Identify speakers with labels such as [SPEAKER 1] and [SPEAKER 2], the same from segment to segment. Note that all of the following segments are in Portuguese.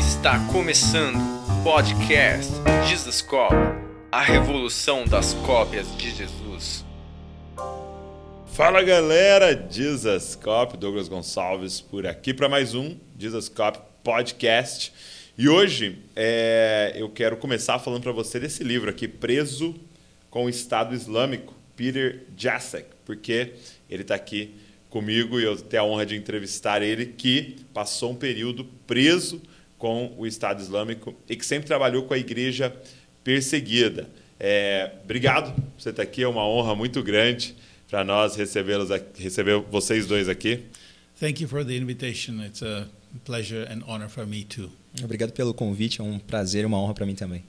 [SPEAKER 1] Está começando o podcast Jesus Cop, a revolução das cópias de Jesus.
[SPEAKER 2] Fala galera, Jesus Cop, Douglas Gonçalves por aqui para mais um Jesus Cop Podcast. E hoje é, eu quero começar falando para você desse livro aqui, Preso com o Estado Islâmico, Peter Jacek, porque ele está aqui comigo e eu tenho a honra de entrevistar ele, que passou um período preso com o Estado Islâmico e que sempre trabalhou com a igreja perseguida. É, obrigado por você estar aqui, é uma honra muito grande para nós recebê-los, aqui- receber vocês dois aqui.
[SPEAKER 3] Thank you for the invitation. It's a pleasure and honor for me too.
[SPEAKER 4] Obrigado pelo convite, é um prazer e uma honra para mim também.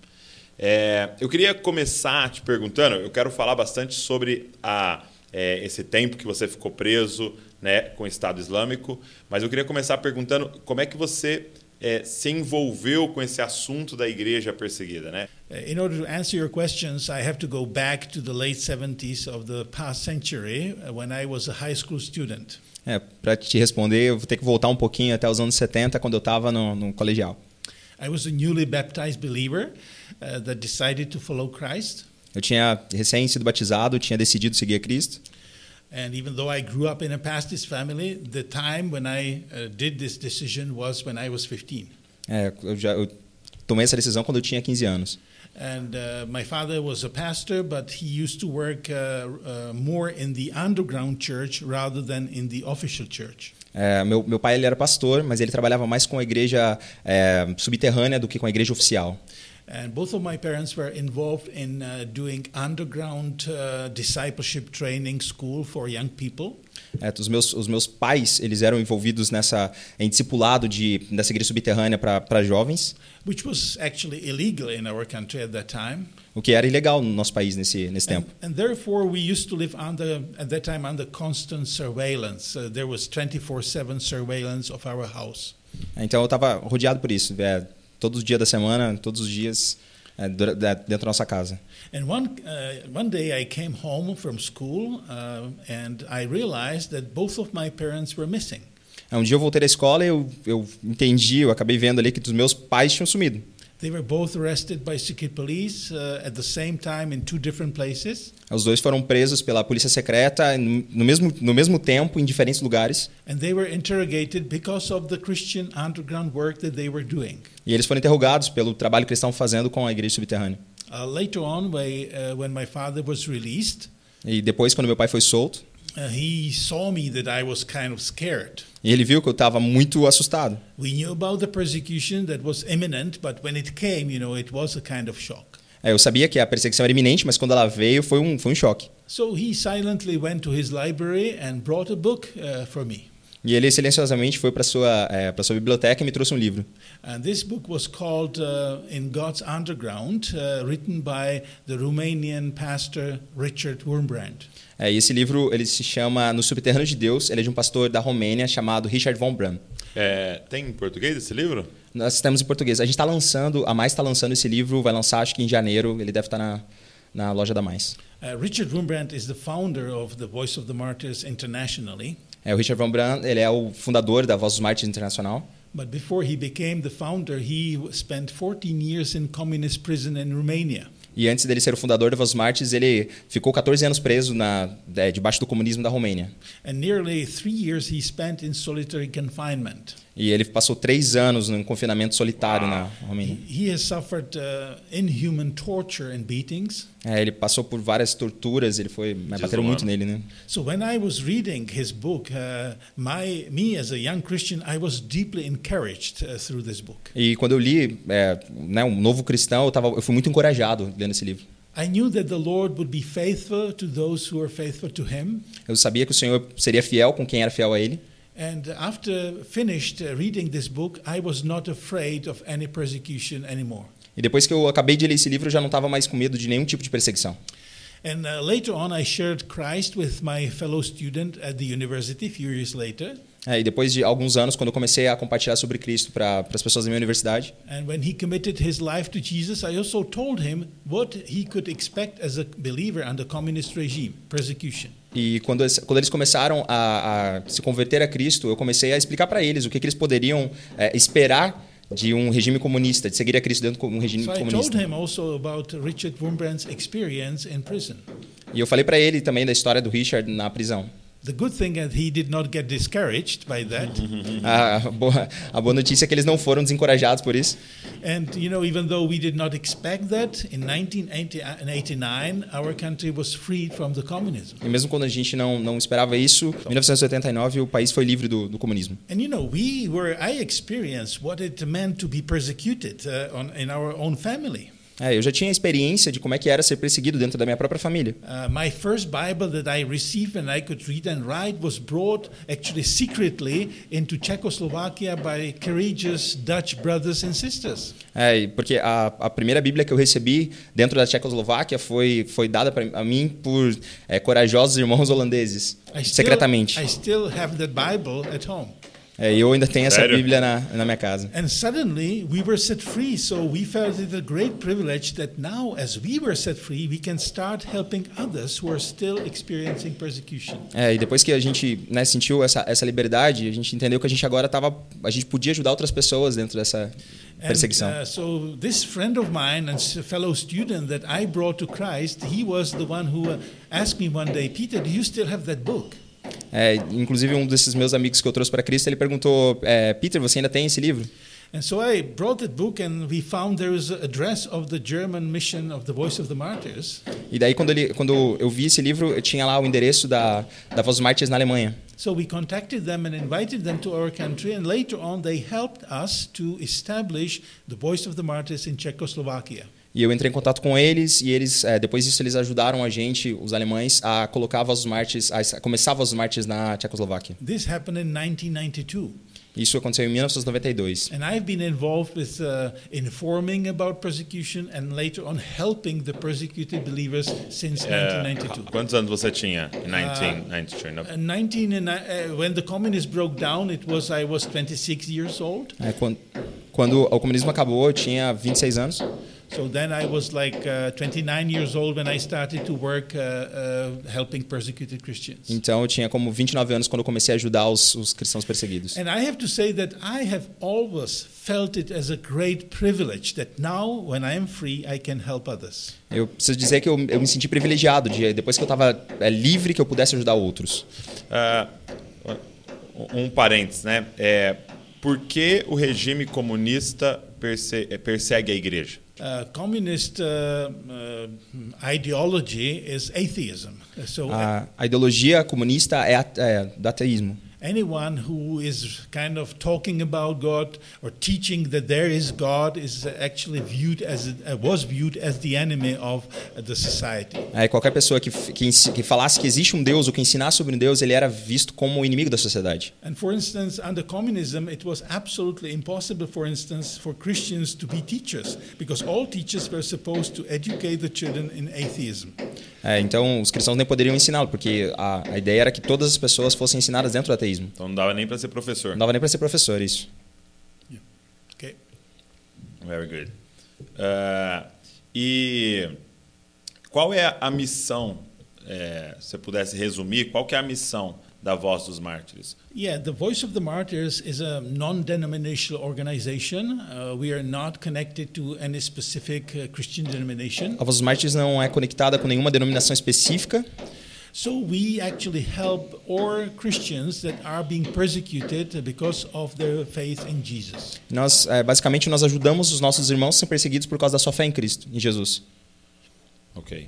[SPEAKER 2] É, eu queria começar te perguntando, eu quero falar bastante sobre a, é, esse tempo que você ficou preso né, com o Estado Islâmico, mas eu queria começar perguntando como é que você é, se envolveu com esse assunto da igreja perseguida, né?
[SPEAKER 3] Uh, In order to answer your questions, I have to go back to the late 70s of the past century uh, when I was a high school student.
[SPEAKER 4] É, para te responder, eu vou ter que voltar um pouquinho até os anos 70, quando eu estava no, no colegial.
[SPEAKER 3] I was a newly baptized believer uh, that decided to follow Christ.
[SPEAKER 4] Eu tinha recém sido batizado, tinha decidido seguir a Cristo.
[SPEAKER 3] And even though I grew up in a pastor's family, the time when I uh, did this decision was when I was 15.
[SPEAKER 4] É, eu já eu tomei essa decisão quando eu tinha 15 anos.
[SPEAKER 3] And uh, my father was a pastor, but he used to work uh, uh, more in the underground church rather than in the official church.
[SPEAKER 4] É, meu, meu pai ele era pastor, mas ele trabalhava mais com a igreja é, subterrânea do que com a igreja oficial.
[SPEAKER 3] And both of my parents were involved in uh, doing underground uh, discipleship training school for young people.
[SPEAKER 4] É, os, meus, os meus pais eles eram envolvidos nessa em discipulado de, dessa igreja subterrânea para jovens,
[SPEAKER 3] Which was actually illegal in our country at that time,
[SPEAKER 4] o que era ilegal no nosso país nesse, nesse tempo.
[SPEAKER 3] and, and therefore we used to live under at that time under constant surveillance. Uh, there was twenty-four-seven surveillance of our house.
[SPEAKER 4] Então eu estava rodeado por isso, é, todos os dias da semana, todos os dias é, dura- da- dentro da nossa casa.
[SPEAKER 3] And one, uh, one day I came home from school uh, and I realized that both of my parents were missing.
[SPEAKER 4] É, um dia eu voltei da escola e eu, eu entendi, eu acabei vendo ali que os meus pais tinham sumido.
[SPEAKER 3] They were both arrested by secret police uh, at the same time in two different places.
[SPEAKER 4] Os dois foram presos pela polícia secreta no no mesmo, no mesmo tempo, em diferentes lugares,
[SPEAKER 3] And they were interrogated because of the Christian underground work that they were doing.
[SPEAKER 4] e eles foram interrogados pelo trabalho que eles estavam fazendo com a igreja subterrânea.
[SPEAKER 3] Uh, later on, when, uh, when my father was released,
[SPEAKER 4] E depois, quando meu pai foi solto,
[SPEAKER 3] uh, he saw me that I was kind of scared.
[SPEAKER 4] e ele viu que eu estava muito assustado.
[SPEAKER 3] We knew about the persecution that was imminent, but when it came, you know, it was a kind of shock.
[SPEAKER 4] É, eu sabia que a perseguição era iminente, mas quando ela veio, foi um, foi um choque.
[SPEAKER 3] So he silently went to his library and brought a book uh, for me.
[SPEAKER 4] E ele silenciosamente foi para sua, é, pra sua biblioteca e me trouxe um livro.
[SPEAKER 3] And this book was called uh, In God's Underground, uh, written by the Romanian pastor Richard Wurmbrand.
[SPEAKER 4] É, e esse livro ele se chama No Subterrâneo de Deus. Ele é de um pastor da Romênia chamado Richard von Bram.
[SPEAKER 2] É, tem em português esse livro?
[SPEAKER 4] Nós temos em português. A gente está lançando, a Mais está lançando esse livro, vai lançar acho que em janeiro. Ele deve estar na, na loja da Mais.
[SPEAKER 3] Uh, Richard Wurmbrand is the founder of the Voice of the Martyrs internationally.
[SPEAKER 4] É, o Richard von Bram ele é o fundador da Voz dos Mártires Internacional.
[SPEAKER 3] But before he became the founder, he w- spent 14 years in communist prison in Romania.
[SPEAKER 4] E antes dele ser o fundador da Voz dos Mártires, ele ficou 14 anos preso na, é, debaixo do comunismo da Romênia.
[SPEAKER 3] And nearly three years he spent in solitary confinement.
[SPEAKER 4] E ele passou três anos num confinamento solitário na Romênia.
[SPEAKER 3] He has suffered uh, inhuman torture and beatings.
[SPEAKER 4] É, ele passou por várias torturas, ele foi. Mas bateram
[SPEAKER 2] Desumano.
[SPEAKER 4] muito nele, né?
[SPEAKER 3] So when I was reading his book, uh, my me as a young Christian, I was deeply encouraged uh, through this book.
[SPEAKER 4] E quando eu li é, né, Um Novo Cristão, eu, tava, eu fui muito encorajado lendo esse livro.
[SPEAKER 3] I knew that the Lord would be faithful to those who are faithful to Him.
[SPEAKER 4] Eu sabia que o Senhor seria fiel com quem era fiel a Ele.
[SPEAKER 3] And after finished uh, reading this book, I was not afraid of any persecution anymore.
[SPEAKER 4] E depois que eu acabei de ler esse livro, eu já não estava mais com medo de nenhum tipo de perseguição.
[SPEAKER 3] And uh, later on, I shared Christ with my fellow student at the university. A few years later,
[SPEAKER 4] É, e depois de alguns anos, quando eu comecei a compartilhar sobre Cristo para as pessoas da minha universidade,
[SPEAKER 3] and when he committed his life to Jesus, I also told him what he could expect as a believer under communist regime: persecution.
[SPEAKER 4] e quando, eles- quando eles começaram a, a se converter a Cristo, eu comecei a explicar para eles o que, que eles poderiam é, esperar de um regime comunista, de seguir a Cristo dentro de um regime
[SPEAKER 3] So I told
[SPEAKER 4] comunista.
[SPEAKER 3] him also about Richard Wurmbrand's experience in prison.
[SPEAKER 4] E eu falei para ele também da história do Richard na prisão.
[SPEAKER 3] The good thing is he did not get discouraged by that.
[SPEAKER 4] A boa, a boa notícia é que eles não foram desencorajados por isso.
[SPEAKER 3] And you know, even though we did not expect that, in 1989, our country was freed from the communism.
[SPEAKER 4] E mesmo quando a gente não, não esperava isso, em 1989 o país foi livre do, do comunismo.
[SPEAKER 3] And you know, we were, I experienced what it meant to be persecuted uh, on, in our own family.
[SPEAKER 4] É, eu já tinha experiência de como é que era ser perseguido dentro da minha própria família.
[SPEAKER 3] Uh, my first Bible that I received and I could read and write was brought actually secretly into Czechoslovakia by courageous Dutch brothers and sisters.
[SPEAKER 4] É, e porque a, a primeira Bíblia que eu recebi dentro da Tchecoslováquia foi, foi dada pra- a mim por é, corajosos irmãos holandeses,
[SPEAKER 3] I still-
[SPEAKER 4] secretamente.
[SPEAKER 3] I still have that Bible at home.
[SPEAKER 4] É, e eu ainda tenho essa
[SPEAKER 2] Sério?
[SPEAKER 4] Bíblia na, na minha casa.
[SPEAKER 3] And suddenly we were set free, so we felt it a great privilege that now, as we were set free, we can start helping others who are still experiencing persecution.
[SPEAKER 4] É, e depois que a gente né, sentiu essa, essa liberdade, a gente entendeu que a gente agora tava, a gente podia ajudar outras pessoas dentro dessa
[SPEAKER 3] And
[SPEAKER 4] perseguição.
[SPEAKER 3] uh, so, this friend of mine and s- fellow student that I brought to Christ, he was the one who uh, asked me one day, Peter, do you still have that book?
[SPEAKER 4] É, inclusive um desses meus amigos que eu trouxe para Cristo, ele perguntou: é, Peter, você ainda tem esse livro?
[SPEAKER 3] And so I brought that book, and we found there is an address of the German mission of the Voice of the Martyrs.
[SPEAKER 4] E daí quando ele, quando eu vi esse livro, eu tinha lá o endereço da da Voz dos Mártires na Alemanha.
[SPEAKER 3] So we contacted them and invited them to our country, and later on they helped us to establish the Voice of the Martyrs in Czechoslovakia.
[SPEAKER 4] E eu entrei em contato com eles e eles é, depois disso eles ajudaram a gente, os alemães, a colocar a Voz dos Mártires, a a começar a Voz dos Mártires na Tchecoslováquia.
[SPEAKER 3] This happened in 1992,
[SPEAKER 4] Isso aconteceu em 1992.
[SPEAKER 3] and I've been involved with uh, informing about persecution and later on helping the persecuted believers since
[SPEAKER 2] É,
[SPEAKER 3] 1992.
[SPEAKER 2] quantos anos você tinha em né? 1992?
[SPEAKER 3] Uh, 19 and I, uh, when the communists broke down, it was I was 26 years old.
[SPEAKER 4] É, quando, quando o comunismo acabou, eu tinha 26 anos.
[SPEAKER 3] So then I was like uh, 29 years old when I started to work uh, uh, helping persecuted Christians.
[SPEAKER 4] Então eu tinha como 29 anos quando eu comecei a ajudar os, os cristãos perseguidos.
[SPEAKER 3] And I have to say that I have always felt it as a great privilege that now, when I am free, I can help others.
[SPEAKER 4] Eu preciso dizer que eu, eu me senti privilegiado de depois que eu estava livre que eu pudesse ajudar outros.
[SPEAKER 2] Ah, um parênteses, né? É, por que o regime comunista perse- é, persegue a igreja?
[SPEAKER 3] Uh, communist uh, uh, ideology is atheism. So
[SPEAKER 4] A, a ideologia comunista é, a, é do ateísmo.
[SPEAKER 3] anyone who is kind of talking about God or teaching that there is God is actually viewed as uh, was viewed as the enemy of the society.
[SPEAKER 4] É, qualquer pessoa que, f- que, ens- que falasse que existe um Deus ou que ensinasse sobre um Deus, ele era visto como o inimigo da sociedade.
[SPEAKER 3] And for instance, under communism, it was absolutely impossible, for instance, for Christians to be teachers, because all teachers were supposed to educate the children in atheism.
[SPEAKER 4] É, então, os cristãos nem poderiam ensiná-lo, porque a, a ideia era que todas as pessoas fossem ensinadas dentro do ateísmo.
[SPEAKER 2] Então não dava nem para ser professor.
[SPEAKER 4] Não dava nem para ser professor isso.
[SPEAKER 3] Okay.
[SPEAKER 2] Very good. Ah, e qual é a missão? é, se você pudesse resumir, qual que é a missão da Voz dos Mártires?
[SPEAKER 3] Yeah, the Voice of the Martyrs is a non denominational organization. Uh, we are not connected to any specific uh, Christian denomination.
[SPEAKER 4] A Voz dos Mártires não é conectada com nenhuma denominação específica.
[SPEAKER 3] So we actually help all Christians that are being persecuted because of their faith in Jesus.
[SPEAKER 4] Nós, é, basicamente, nós ajudamos os nossos irmãos que são perseguidos por causa da sua fé em Cristo, em Jesus.
[SPEAKER 2] Ok.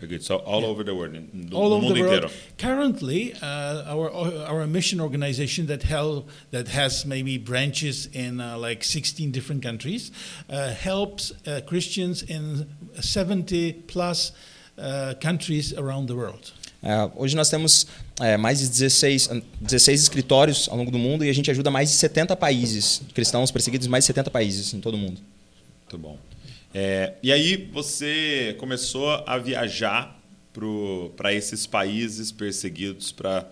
[SPEAKER 2] Very good. So all over the world, do,
[SPEAKER 3] all
[SPEAKER 2] do
[SPEAKER 3] over
[SPEAKER 2] mundo
[SPEAKER 3] the
[SPEAKER 2] inteiro.
[SPEAKER 3] world. Currently, uh, our our mission organization that help that has maybe branches in uh, like 16 different countries uh, helps uh, Christians in 70 plus uh, countries around the world.
[SPEAKER 4] É, hoje nós temos é, mais de 16, an- 16 escritórios ao longo do mundo e a gente ajuda mais de 70 países, cristãos perseguidos em mais de 70 países em todo o mundo.
[SPEAKER 2] Muito Tá bom. É, e aí você começou a viajar para esses países perseguidos para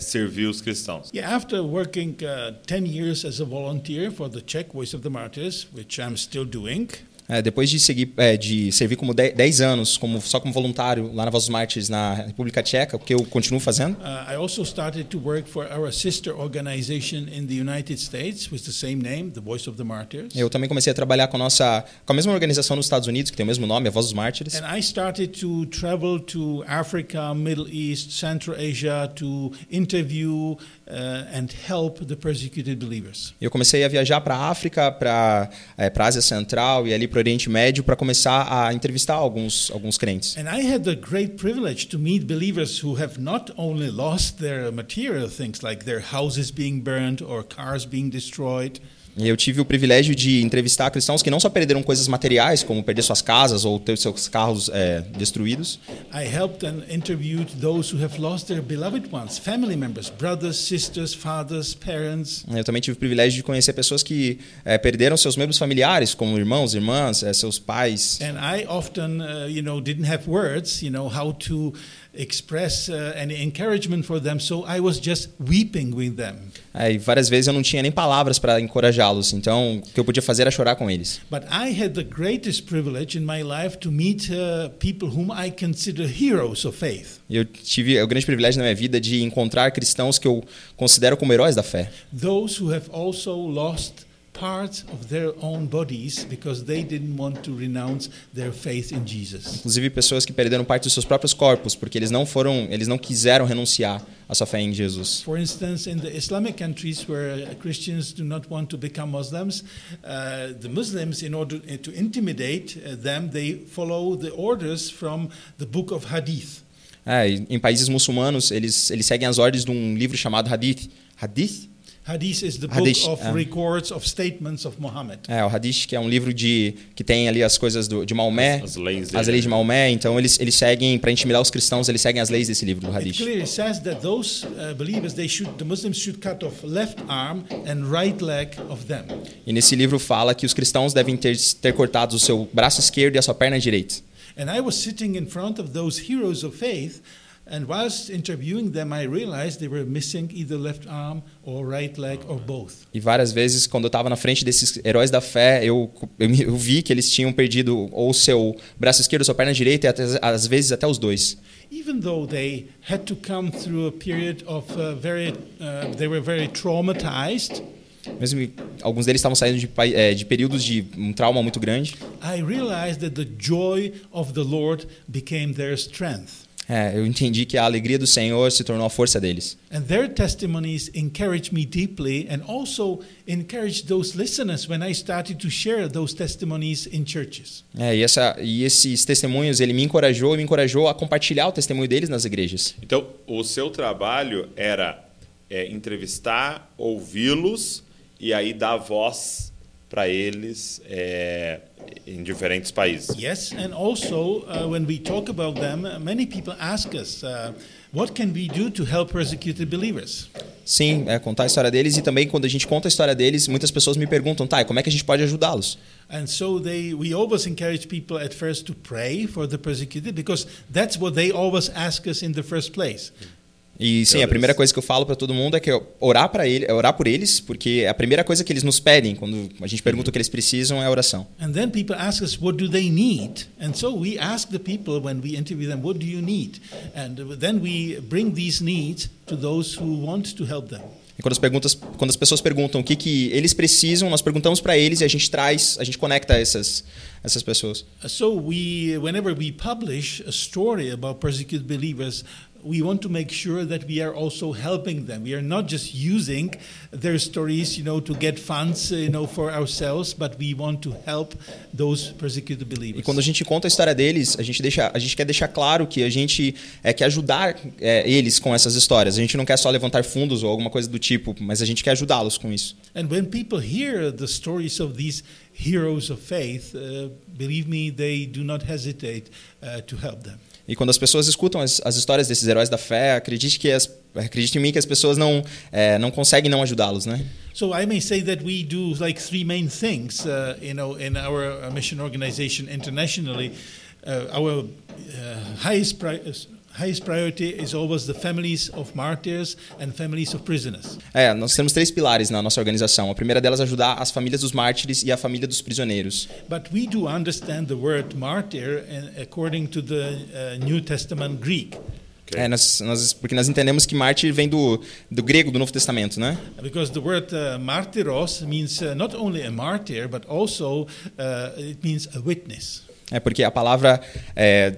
[SPEAKER 2] servir os cristãos.
[SPEAKER 3] Yeah, after working uh, 10 years as a volunteer for the Czech Voice of the Martyrs, which I'm still doing,
[SPEAKER 4] É, depois de, seguir, é, de servir como 10 anos, como, só como voluntário lá na Voz dos Mártires, na República Tcheca, o que eu continuo fazendo.
[SPEAKER 3] Uh, I also started to work for our sister organization in the United States with the same name, the Voice of the Martyrs.
[SPEAKER 4] Eu também comecei a trabalhar com a, nossa, com a mesma organização nos Estados Unidos, que tem o mesmo nome, a Voz dos Mártires.
[SPEAKER 3] And I started to travel to Africa, Middle East, Central Asia to interview uh, and help the persecuted believers.
[SPEAKER 4] Eu comecei a viajar para a África, para é, a Ásia Central e ali para o Oriente Médio para começar a entrevistar alguns, alguns crentes.
[SPEAKER 3] And I had the great privilege to meet believers who have not only lost their material things like their houses being burned or cars being destroyed,
[SPEAKER 4] E eu tive o privilégio de entrevistar cristãos que não só perderam coisas materiais, como perder suas casas ou ter seus carros é, destruídos,
[SPEAKER 3] I helped and interviewed those who have lost their beloved ones, family members, brothers, sisters, fathers, parents.
[SPEAKER 4] Eu também tive o privilégio de conhecer pessoas que eh, perderam seus membros familiares, como irmãos, irmãs, eh, seus pais.
[SPEAKER 3] And I often, uh, you know, didn't have words, you know, how to express uh, any encouragement for them. So I was just weeping with them.
[SPEAKER 4] Eh, e várias vezes eu não tinha nem palavras para encorajá-los. Então, o que eu podia fazer era chorar com eles.
[SPEAKER 3] But I had the greatest privilege in my life to meet uh, people whom I consider heroes of faith.
[SPEAKER 4] E Eu tive é, o grande privilégio na minha vida de encontrar cristãos que eu considero como heróis da fé.
[SPEAKER 3] Those who have also lost parts of their own bodies because they didn't want to renounce their faith in Jesus.
[SPEAKER 4] Inclusive pessoas que perderam parte dos seus próprios corpos, porque eles não foram, eles não quiseram renunciar à sua fé em Jesus.
[SPEAKER 3] For instance, in the Islamic countries where uh, Christians do not want to become Muslims, uh, the Muslims, in order uh, to intimidate uh, them, they follow the orders from the book of Hadith.
[SPEAKER 4] É, e em países muçulmanos, eles eles seguem as ordens de um livro chamado Hadith. Hadith?
[SPEAKER 3] Hadith is the
[SPEAKER 4] Hadith,
[SPEAKER 3] book of
[SPEAKER 4] um.
[SPEAKER 3] records of statements of Muhammad.
[SPEAKER 4] É, o Hadith, que é um livro de que tem ali as coisas do, de Maomé,
[SPEAKER 2] As leis dele.
[SPEAKER 4] as leis de Maomé. Então eles eles seguem para intimidar os cristãos, eles seguem as leis desse livro do
[SPEAKER 3] It
[SPEAKER 4] Hadith.
[SPEAKER 3] clearly says that those uh, believers, they should, the Muslims should cut off left arm and right leg of them.
[SPEAKER 4] E nesse livro fala que os cristãos devem ter ter cortado o seu braço esquerdo e a sua perna direita.
[SPEAKER 3] And I was sitting in front of those heroes of faith, and whilst interviewing them, I realized they were missing either left arm or right leg or both.
[SPEAKER 4] E várias vezes quando eu estava na frente desses heróis da fé, eu eu, me- eu vi que eles tinham perdido ou seu braço esquerdo, sua perna direita e até, às vezes até os dois.
[SPEAKER 3] Even though they had to come through a period of uh, very, uh, they were very traumatized,
[SPEAKER 4] Mesmo que alguns deles estavam saindo de, pai- eh, de períodos de um trauma muito grande.
[SPEAKER 3] I realized that the joy of the Lord became their strength.
[SPEAKER 4] É, eu entendi que a alegria do Senhor se tornou a força deles.
[SPEAKER 3] And their testimonies encouraged me deeply and also encouraged those listeners when I started to share those testimonies in churches.
[SPEAKER 4] É, e, essa, e esses testemunhos, ele me encorajou e me encorajou a compartilhar o testemunho deles nas igrejas.
[SPEAKER 2] Então, o seu trabalho era é, entrevistar, ouvi-los e aí dar voz para eles é, em diferentes países.
[SPEAKER 3] Yes, and also uh, when we talk about them, uh, many people ask us, uh, what can we do to help persecuted believers?
[SPEAKER 4] Sim, é, contar a história deles e também quando a gente conta a história deles, muitas pessoas me perguntam, tá, e como é que a gente pode ajudá-los?
[SPEAKER 3] And so they, we always encourage people at first to pray for the persecuted because that's what they always ask us in the first place.
[SPEAKER 4] E sim, a
[SPEAKER 2] Deus.
[SPEAKER 4] primeira coisa que eu falo para todo mundo é que eu orar para ele, é orar por eles, porque é a primeira coisa que eles nos pedem quando a gente pergunta o que eles precisam é a oração.
[SPEAKER 3] And then people ask us, what do they need? And so we ask the people when we interview them, what do you need? And then we bring these needs to those who want to help them.
[SPEAKER 4] E quando as perguntas, quando as pessoas perguntam o que que eles precisam, nós perguntamos para eles e a gente traz, a gente conecta essas essas pessoas.
[SPEAKER 3] So we, whenever we publish a story about persecuted believers, we want to make sure that we are also helping them. We are not just using their stories, you know, to get funds, you know, for ourselves, but we want to help those persecuted
[SPEAKER 4] E
[SPEAKER 3] believers.
[SPEAKER 4] quando a gente conta a história deles, a gente deixa, a gente quer deixar claro que a gente é, quer ajudar é, eles com essas histórias. A gente não quer só levantar fundos ou alguma coisa do tipo, mas a gente quer ajudá-los com isso.
[SPEAKER 3] And when people hear the stories of these heroes of faith, uh, believe me, they do not hesitate uh, to help them.
[SPEAKER 4] E quando as pessoas escutam as, as histórias desses heróis da fé, acredite que as, acredite em mim que as pessoas não é, não conseguem não ajudá-los, né?
[SPEAKER 3] So I may say that we do like three main things, uh, you know, in our uh, mission organization internationally. Uh, our uh, highest pri- uh, highest priority is always the families of martyrs and families of prisoners.
[SPEAKER 4] É, nós temos três pilares na nossa organização. A primeira delas é ajudar as famílias dos mártires e a família dos prisioneiros.
[SPEAKER 3] But we do understand the word martyr in- according to the uh, New Testament Greek,
[SPEAKER 4] É, nós, nós- porque nós entendemos que mártir vem do, do grego, do Novo Testamento, né?
[SPEAKER 3] because the word uh, martyros means uh, not only a martyr but also uh, it means a witness.
[SPEAKER 4] É porque a palavra é,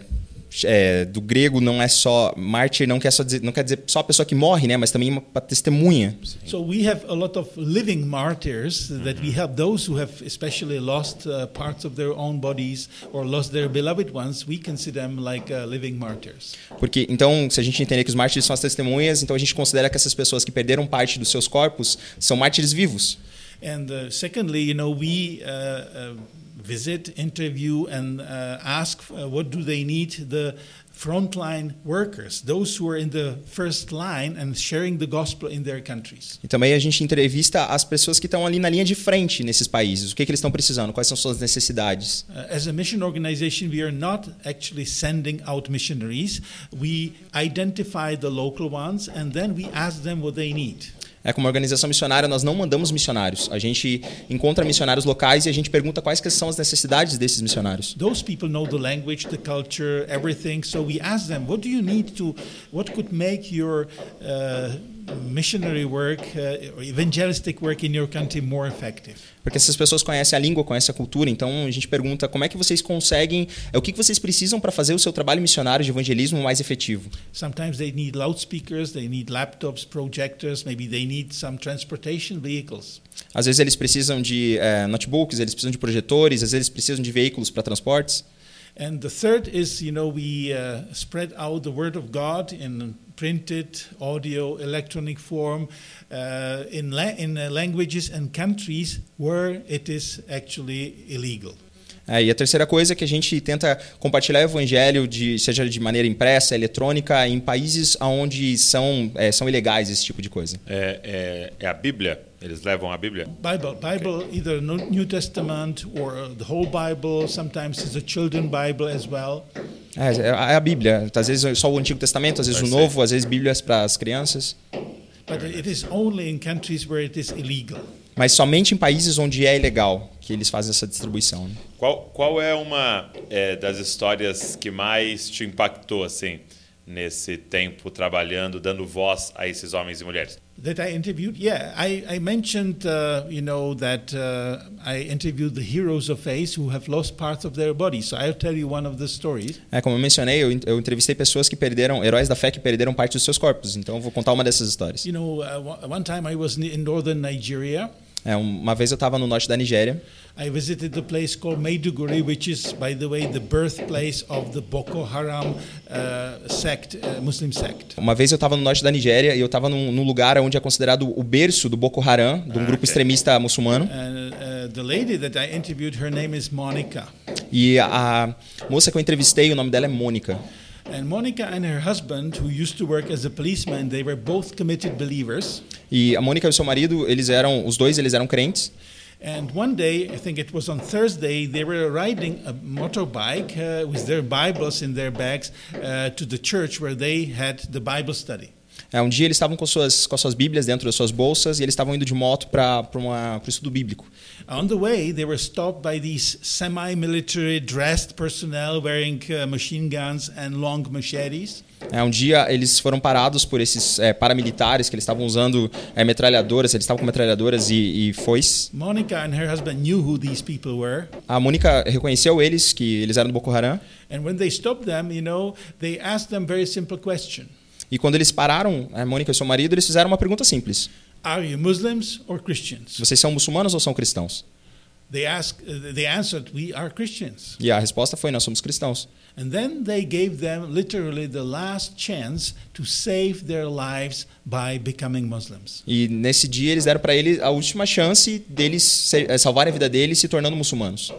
[SPEAKER 4] é, do grego não é só mártir, não quer só dizer, não quer dizer só a pessoa que morre, né? Mas também uma pra testemunha.
[SPEAKER 3] So we have a lot of living martyrs that we help those who have especially lost uh, parts of their own bodies or lost their beloved ones. We consider them like uh, living martyrs.
[SPEAKER 4] Porque então, se a gente entender que os mártires são as testemunhas, então a gente considera que essas pessoas que perderam parte dos seus corpos são mártires vivos.
[SPEAKER 3] And uh, secondly, you know, we uh, uh, visit, interview, and uh, ask uh, what do they need the frontline workers, those who are in the first line and sharing the gospel in their countries.
[SPEAKER 4] E também a gente entrevista as pessoas que estão ali na linha de frente nesses países. O que, que eles estão precisando? Quais são suas necessidades?
[SPEAKER 3] Uh, as a mission organization, we are not actually sending out missionaries. We identify the local ones and then we ask them what they need.
[SPEAKER 4] É como organização missionária, nós não mandamos missionários. A gente encontra missionários locais e a gente pergunta quais que são as necessidades desses missionários.
[SPEAKER 3] Those people know the language, the culture, everything. So we ask them, what do you need to, what could make your uh, missionary work uh, or evangelistic work in your country more effective?
[SPEAKER 4] Porque essas pessoas conhecem a língua, conhecem a cultura, então a gente pergunta como é que vocês conseguem, é, o que que vocês precisam para fazer o seu trabalho missionário de evangelismo mais efetivo.
[SPEAKER 3] Sometimes they need loudspeakers, they need laptops, projectors, maybe they need some transportation vehicles.
[SPEAKER 4] Às vezes eles precisam de é, notebooks, eles precisam de projetores, às vezes eles precisam de veículos para transportes.
[SPEAKER 3] And the third is, you know, we uh, spread out the word of God in printed, audio, electronic form, uh, in, la- in uh, languages and countries where it is actually illegal.
[SPEAKER 4] É, e a terceira coisa é que a gente tenta compartilhar o evangelho, de, seja de maneira impressa, eletrônica, em países onde são, é, são ilegais esse tipo de coisa.
[SPEAKER 2] É, é, é a Bíblia? Eles levam a Bíblia?
[SPEAKER 3] Bible, Bible, either No- New Testament or uh, the whole Bible. Sometimes it's a children Bible as well.
[SPEAKER 4] É, é a Bíblia. Às vezes é só o Antigo Testamento, às vezes o
[SPEAKER 2] Vai ser.
[SPEAKER 4] Novo, às vezes Bíblias para as crianças.
[SPEAKER 3] But it is only in countries where it is illegal.
[SPEAKER 4] Mas somente em países onde é ilegal que eles fazem essa distribuição. né?
[SPEAKER 2] Qual, qual é uma é, das histórias que mais te impactou, assim, nesse tempo trabalhando, dando voz a esses homens e mulheres?
[SPEAKER 3] That I interviewed, yeah, I, I mentioned, uh, you know, that uh, I interviewed the heroes of faith who have lost parts of their body. So I'll tell you one of the stories.
[SPEAKER 4] É, como eu mencionei, eu, eu entrevistei pessoas que perderam, heróis da fé que perderam parte dos seus corpos. Então eu vou contar uma dessas histórias.
[SPEAKER 3] You know, uh, one- one time I was in northern Nigeria.
[SPEAKER 4] É, uma vez eu estava no norte da Nigéria.
[SPEAKER 3] I visited a place called Maiduguri, which is, by the way, the birthplace of the Boko Haram uh, sect, uh, Muslim sect.
[SPEAKER 4] Uma vez eu estava no norte da Nigéria e eu estava num, num lugar onde é considerado o berço do Boko Haram,
[SPEAKER 2] Ah,
[SPEAKER 4] de um grupo extremista muçulmano.
[SPEAKER 3] And uh, the lady that I interviewed, her name is Monica.
[SPEAKER 4] E a moça que eu entrevistei, o nome dela é Mônica.
[SPEAKER 3] And Monica and her husband, who used to work as a policeman, they were both committed believers.
[SPEAKER 4] E a Mônica e o seu marido, eles eram, os dois, eles eram crentes.
[SPEAKER 3] And one day, I think it was on Thursday, they were riding a motorbike uh, with their Bibles in their bags uh, to the church where they had the Bible study.
[SPEAKER 4] É, um dia eles estavam com suas, com as suas bíblias dentro das suas bolsas e eles estavam indo de moto para o estudo bíblico.
[SPEAKER 3] On the way, they were stopped by these semi military dressed personnel wearing uh, machine guns and long machetes.
[SPEAKER 4] É, um dia eles foram parados por esses é, paramilitares que eles estavam usando é, metralhadoras, eles estavam com metralhadoras e, e foice.
[SPEAKER 3] Monica and her husband knew who these people were.
[SPEAKER 4] A Mônica reconheceu eles, que eles eram do Boko Haram,
[SPEAKER 3] And when they stopped them, you know, they asked them very simple question
[SPEAKER 4] e quando eles pararam, a Mônica e seu marido, eles fizeram uma pergunta simples:
[SPEAKER 3] Are you Muslims or Christians?
[SPEAKER 4] Vocês são muçulmanos ou são cristãos?
[SPEAKER 3] They, asked, uh, they answered, We are Christians.
[SPEAKER 4] E a resposta foi: Nós somos cristãos.
[SPEAKER 3] And then they gave them literally the last chance to save their lives by becoming Muslims.
[SPEAKER 4] E nesse dia eles deram para eles a última chance deles se- é, salvarem a vida deles se tornando muçulmanos.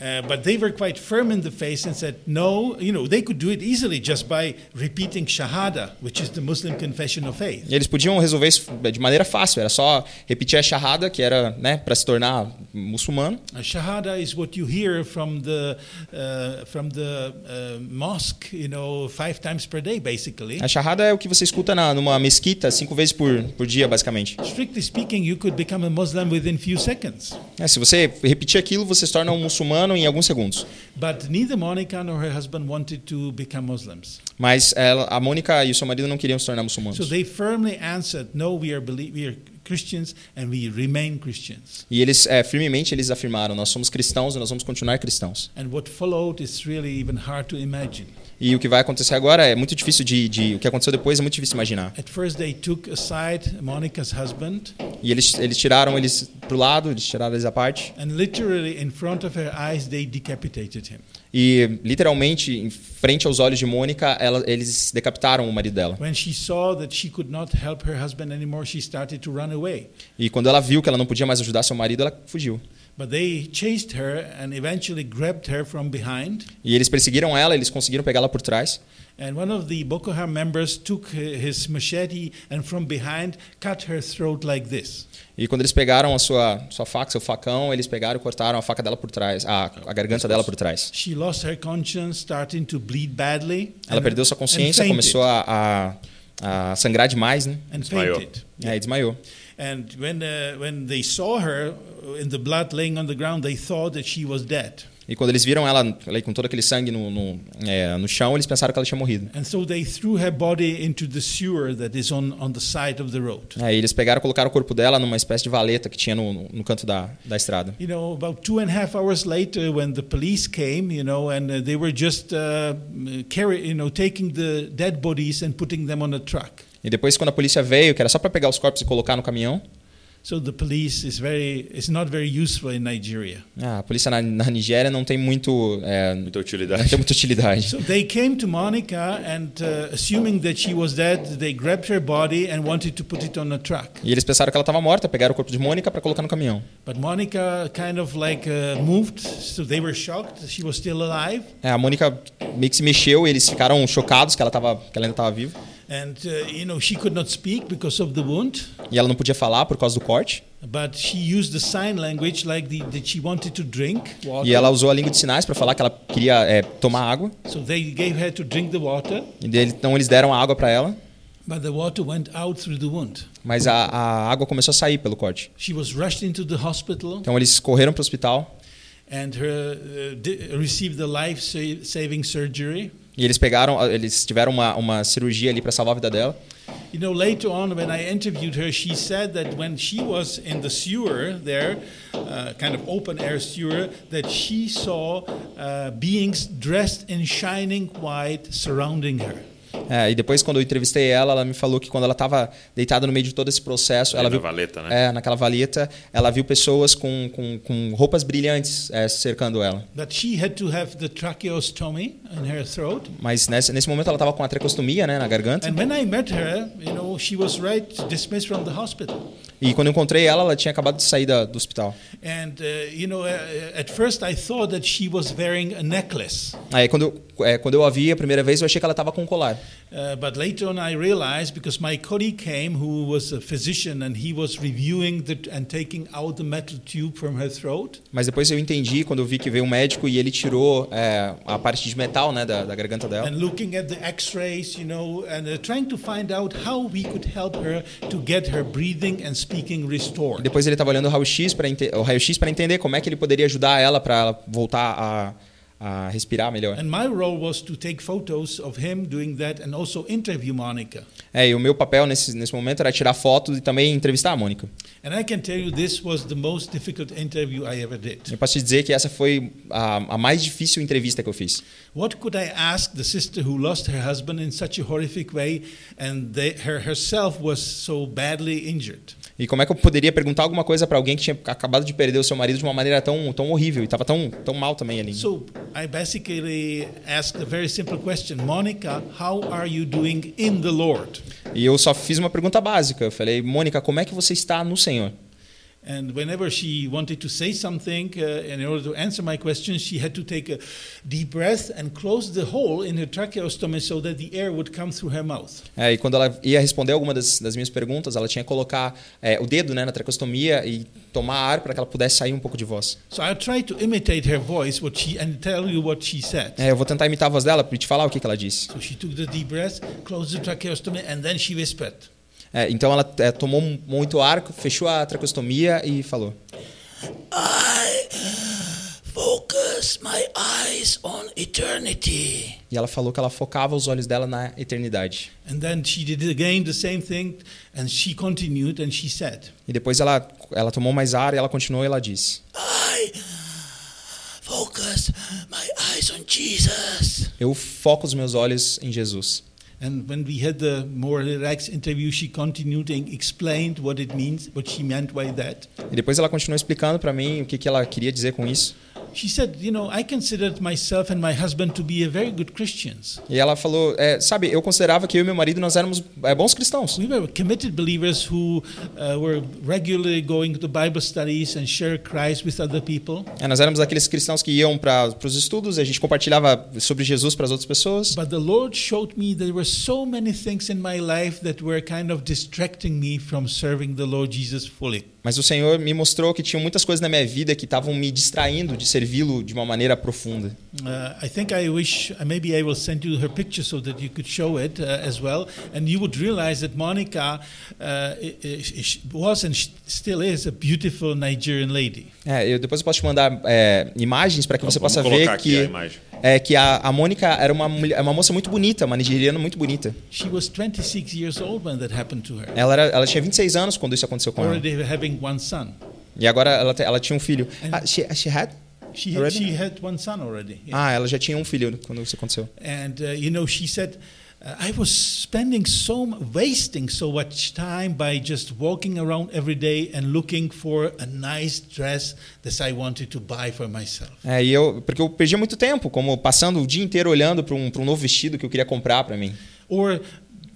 [SPEAKER 3] Uh, but they were quite firm in the face and said, no, you know, they could do it easily just by repeating Shahada, which is the Muslim confession of faith.
[SPEAKER 4] E eles podiam resolver isso de maneira fácil, era só repetir a shahada, que era né, para se tornar muçulmano.
[SPEAKER 3] Uh, Shahada is what you hear from the uh, from the uh, mosque, you know, five times per day, basically.
[SPEAKER 4] A shahada é o que você escuta na, numa mesquita cinco vezes por, por dia, basicamente.
[SPEAKER 3] Strictly speaking, you could become a Muslim within few seconds.
[SPEAKER 4] É, se você repetir aquilo, você se torna um muçulmano em alguns segundos.
[SPEAKER 3] But neither Monica nor her husband wanted to become Muslims.
[SPEAKER 4] Mas ela- a Mônica e o seu marido não queriam se tornar
[SPEAKER 3] So
[SPEAKER 4] muçulmanos.
[SPEAKER 3] they firmly answered, "No, we are belie- we are Christians and we remain Christians."
[SPEAKER 4] E eles, é, firmemente, eles afirmaram, nós somos cristãos e nós vamos continuar cristãos.
[SPEAKER 3] And what followed is really even hard to imagine.
[SPEAKER 4] E o que vai acontecer agora é muito difícil de... de o que aconteceu depois é muito difícil imaginar.
[SPEAKER 3] At first, they took aside Monica's husband
[SPEAKER 4] E eles, eles tiraram eles pro lado, eles tiraram eles à parte.
[SPEAKER 3] and literally in front of her eyes they decapitated him.
[SPEAKER 4] E, literalmente, em frente aos olhos de Mônica, ela, eles decapitaram o marido dela.
[SPEAKER 3] When she saw that she could not help her husband anymore, she started to run away.
[SPEAKER 4] E quando ela viu que ela não podia mais ajudar seu marido, ela fugiu.
[SPEAKER 3] But they chased her and eventually grabbed her from behind.
[SPEAKER 4] E eles perseguiram ela, eles conseguiram pegá-la por trás.
[SPEAKER 3] And one of the Boko Haram members took hi- his machete and from behind cut her throat like this.
[SPEAKER 4] E quando eles pegaram a sua, sua faca, seu facão, eles pegaram e cortaram a faca dela por trás, a, a garganta dela por trás.
[SPEAKER 3] She lost her conscience, starting to bleed badly.
[SPEAKER 4] Ela
[SPEAKER 3] and-
[SPEAKER 4] perdeu sua consciência,
[SPEAKER 3] and fainted,
[SPEAKER 4] começou a, a, a sangrar demais, né?
[SPEAKER 3] and
[SPEAKER 2] Desmaiou.
[SPEAKER 3] fainted.
[SPEAKER 4] E aí desmaiou.
[SPEAKER 3] And when, uh, when they saw her uh, in the blood laying on the ground, they thought that she was dead.
[SPEAKER 4] E quando eles viram ela ali com todo aquele sangue no, no, é, no chão, eles pensaram que ela tinha morrido.
[SPEAKER 3] And so they threw her body into the sewer that is on, on the side of the road.
[SPEAKER 4] Aí eles pegaram e colocaram o corpo dela numa espécie de valeta que tinha no, no, no canto da, da estrada.
[SPEAKER 3] You know, about two and a half hours later, when the police came, you know, and uh, they were just uh, carry, you know, taking the dead bodies and putting them on a truck.
[SPEAKER 4] E depois, quando a polícia veio, que era só para pegar os corpos e colocar no caminhão,
[SPEAKER 3] So the police is very, is not very useful in Nigeria.
[SPEAKER 4] ah, a polícia na, na Nigéria não tem muito, é, não
[SPEAKER 2] Muita
[SPEAKER 4] tem
[SPEAKER 2] utilidade.
[SPEAKER 4] muita utilidade.
[SPEAKER 3] So they came to Monica and, uh, assuming that she was dead, they grabbed her body and wanted to put it on a truck.
[SPEAKER 4] E eles pensaram que ela estava morta, pegaram o corpo de Mônica para colocar no caminhão.
[SPEAKER 3] But Monica kind of like uh, moved, so they were shocked. She was still alive,
[SPEAKER 4] É, a Mônica meio que se mexeu e eles ficaram chocados que ela, tava, que ela ainda estava viva.
[SPEAKER 3] and uh, you know she could not speak because of the wound.
[SPEAKER 4] E ela não podia falar por causa do corte.
[SPEAKER 3] But she used the sign language, like the, that she wanted to drink water.
[SPEAKER 4] E ela usou a língua de sinais para falar que ela queria é, tomar água.
[SPEAKER 3] So they gave her to drink the water,
[SPEAKER 4] E daí- Então eles deram a água para ela,
[SPEAKER 3] but the water went out through the wound.
[SPEAKER 4] mas a, a água começou a sair pelo corte.
[SPEAKER 3] She was rushed into the hospital
[SPEAKER 4] Então eles correram para o hospital
[SPEAKER 3] and her, uh, di- received the life-saving surgery.
[SPEAKER 4] e eles pegaram, eles tiveram uma, uma cirurgia ali para salvar a vida dela.
[SPEAKER 3] You know, later on, when I interviewed her, she said that when she was in the sewer there, uh, kind of open air sewer, that she saw uh, beings dressed in shining white surrounding her.
[SPEAKER 4] É, e depois quando eu entrevistei ela, ela me falou que quando ela estava deitada no meio de todo esse processo, ela
[SPEAKER 2] na
[SPEAKER 4] viu
[SPEAKER 2] valeta, né?
[SPEAKER 4] É, naquela valeta, ela viu pessoas com, com, com roupas brilhantes é, cercando ela.
[SPEAKER 3] But she had to have the tracheostomy in her throat.
[SPEAKER 4] Mas nesse, nesse momento ela estava com a tracostomia né, na garganta.
[SPEAKER 3] And when I met her, you know, she was right dismissed from the hospital.
[SPEAKER 4] E quando eu encontrei ela, ela tinha acabado de sair da- do hospital.
[SPEAKER 3] And, uh, you know, uh, at first I thought that she was wearing a necklace.
[SPEAKER 4] Aí quando eu, é, quando eu a vi a primeira vez, eu achei que ela estava com um colar.
[SPEAKER 3] Uh, but later on, I realized because my colleague came, who was a physician, and he was reviewing the, and taking out the metal tube from her throat.
[SPEAKER 4] Mas depois eu entendi quando eu vi que veio um médico e ele tirou é, a parte de metal né, da, da garganta dela.
[SPEAKER 3] And looking at the X-rays, you know, and uh, trying to find out how we could help her to get her breathing and speaking
[SPEAKER 4] E
[SPEAKER 3] restored.
[SPEAKER 4] depois ele estava olhando o raio-x para ente- o raio-x para entender como é que ele poderia ajudar ela para ela voltar a, a respirar melhor.
[SPEAKER 3] And my role was to take photos of him doing that and also interview Monica.
[SPEAKER 4] É, e o meu papel nesse, nesse momento era tirar fotos e também entrevistar a Mônica.
[SPEAKER 3] And I can tell you, this was the most difficult interview I ever did.
[SPEAKER 4] Eu posso te dizer que essa foi a, a mais difícil entrevista que eu fiz.
[SPEAKER 3] What could I ask the sister who lost her husband in such a horrific way and they, her herself was so badly injured?
[SPEAKER 4] E como é que eu poderia perguntar alguma coisa para alguém que tinha acabado de perder o seu marido de uma maneira tão, tão horrível e estava tão, tão mal também ali?
[SPEAKER 3] So I basically asked a very simple question Monica, how are you doing in the Lord?
[SPEAKER 4] E eu só fiz uma pergunta básica. Eu falei, Mônica, como é que você está no Senhor?
[SPEAKER 3] And whenever she wanted to say something, uh, in order to answer my question, she had to take a deep breath and close the hole in her tracheostomy so that the air would come through her mouth.
[SPEAKER 4] É, e quando ela ia responder alguma das, das minhas perguntas, ela tinha que colocar é, o dedo né, na tracostomia e tomar ar para que ela pudesse sair um pouco de voz.
[SPEAKER 3] So I tried to imitate her voice what she, and tell you what she said.
[SPEAKER 4] É, eu vou tentar imitar a voz dela para te falar o que, que ela disse.
[SPEAKER 3] So she took the deep breath, closed the tracheostomy, and then she whispered.
[SPEAKER 4] É, então ela é, tomou muito ar, fechou a tracostomia e falou.
[SPEAKER 5] I focus my eyes on eternity.
[SPEAKER 4] E ela falou que ela focava os olhos dela na eternidade.
[SPEAKER 3] And then she did again the same thing, and she continued and she said,
[SPEAKER 4] E depois ela, ela tomou mais ar e ela continuou e ela disse:
[SPEAKER 5] I focus my eyes on Jesus.
[SPEAKER 4] Eu foco os meus olhos em Jesus.
[SPEAKER 3] and when we had the more relaxed interview, she continued and explained what it means, what she meant by that.
[SPEAKER 4] E depois ela continuou explicando para mim o que, que ela queria dizer com isso.
[SPEAKER 3] She said, You know, I considered myself and my husband to be a very good Christians.
[SPEAKER 4] E ela falou: é, Sabe, eu considerava que eu e meu marido nós éramos é, bons cristãos.
[SPEAKER 3] We were committed believers who uh, were regularly going to Bible studies and share Christ with other people.
[SPEAKER 4] É, nós éramos aqueles cristãos que iam para os estudos, a gente compartilhava sobre Jesus para as outras pessoas.
[SPEAKER 3] But the Lord showed me there were so many things in my life that were kind of distracting me from serving the Lord Jesus fully.
[SPEAKER 4] Mas o Senhor me mostrou que tinha muitas coisas na minha vida que estavam me distraindo de servi-lo de uma maneira profunda.
[SPEAKER 3] Uh, I think I wish uh, maybe I will send you her picture so that you could show it uh, as well, and you would realize that Monica uh, i- i- sh- was and sh- still is a beautiful Nigerian lady.
[SPEAKER 4] É, eu depois eu posso te mandar é, imagens para que você
[SPEAKER 2] Tá vamos
[SPEAKER 4] possa
[SPEAKER 2] colocar
[SPEAKER 4] ver
[SPEAKER 2] aqui
[SPEAKER 4] que
[SPEAKER 2] a imagem.
[SPEAKER 4] é que a, a Mônica era uma mulher- é uma moça muito bonita, uma nigeriana muito bonita.
[SPEAKER 3] She was 26 years old when that happened to her,
[SPEAKER 4] Ela era, ela tinha 26 anos quando isso aconteceu com ela.
[SPEAKER 3] already having one son.
[SPEAKER 4] E agora ela, te- ela tinha um filho. Ah, she, she had?
[SPEAKER 3] She had,
[SPEAKER 4] Already?
[SPEAKER 3] she had one son already. yeah.
[SPEAKER 4] Ah, ela já tinha um filho quando isso aconteceu.
[SPEAKER 3] And uh, you know, she said, uh, I was spending so m- wasting so much time by just walking around every day and looking for a nice dress that I wanted to buy for myself.
[SPEAKER 4] É, e eu, porque eu perdi muito tempo, como passando o dia inteiro olhando para um, pra um novo vestido que eu queria comprar para mim.
[SPEAKER 3] Or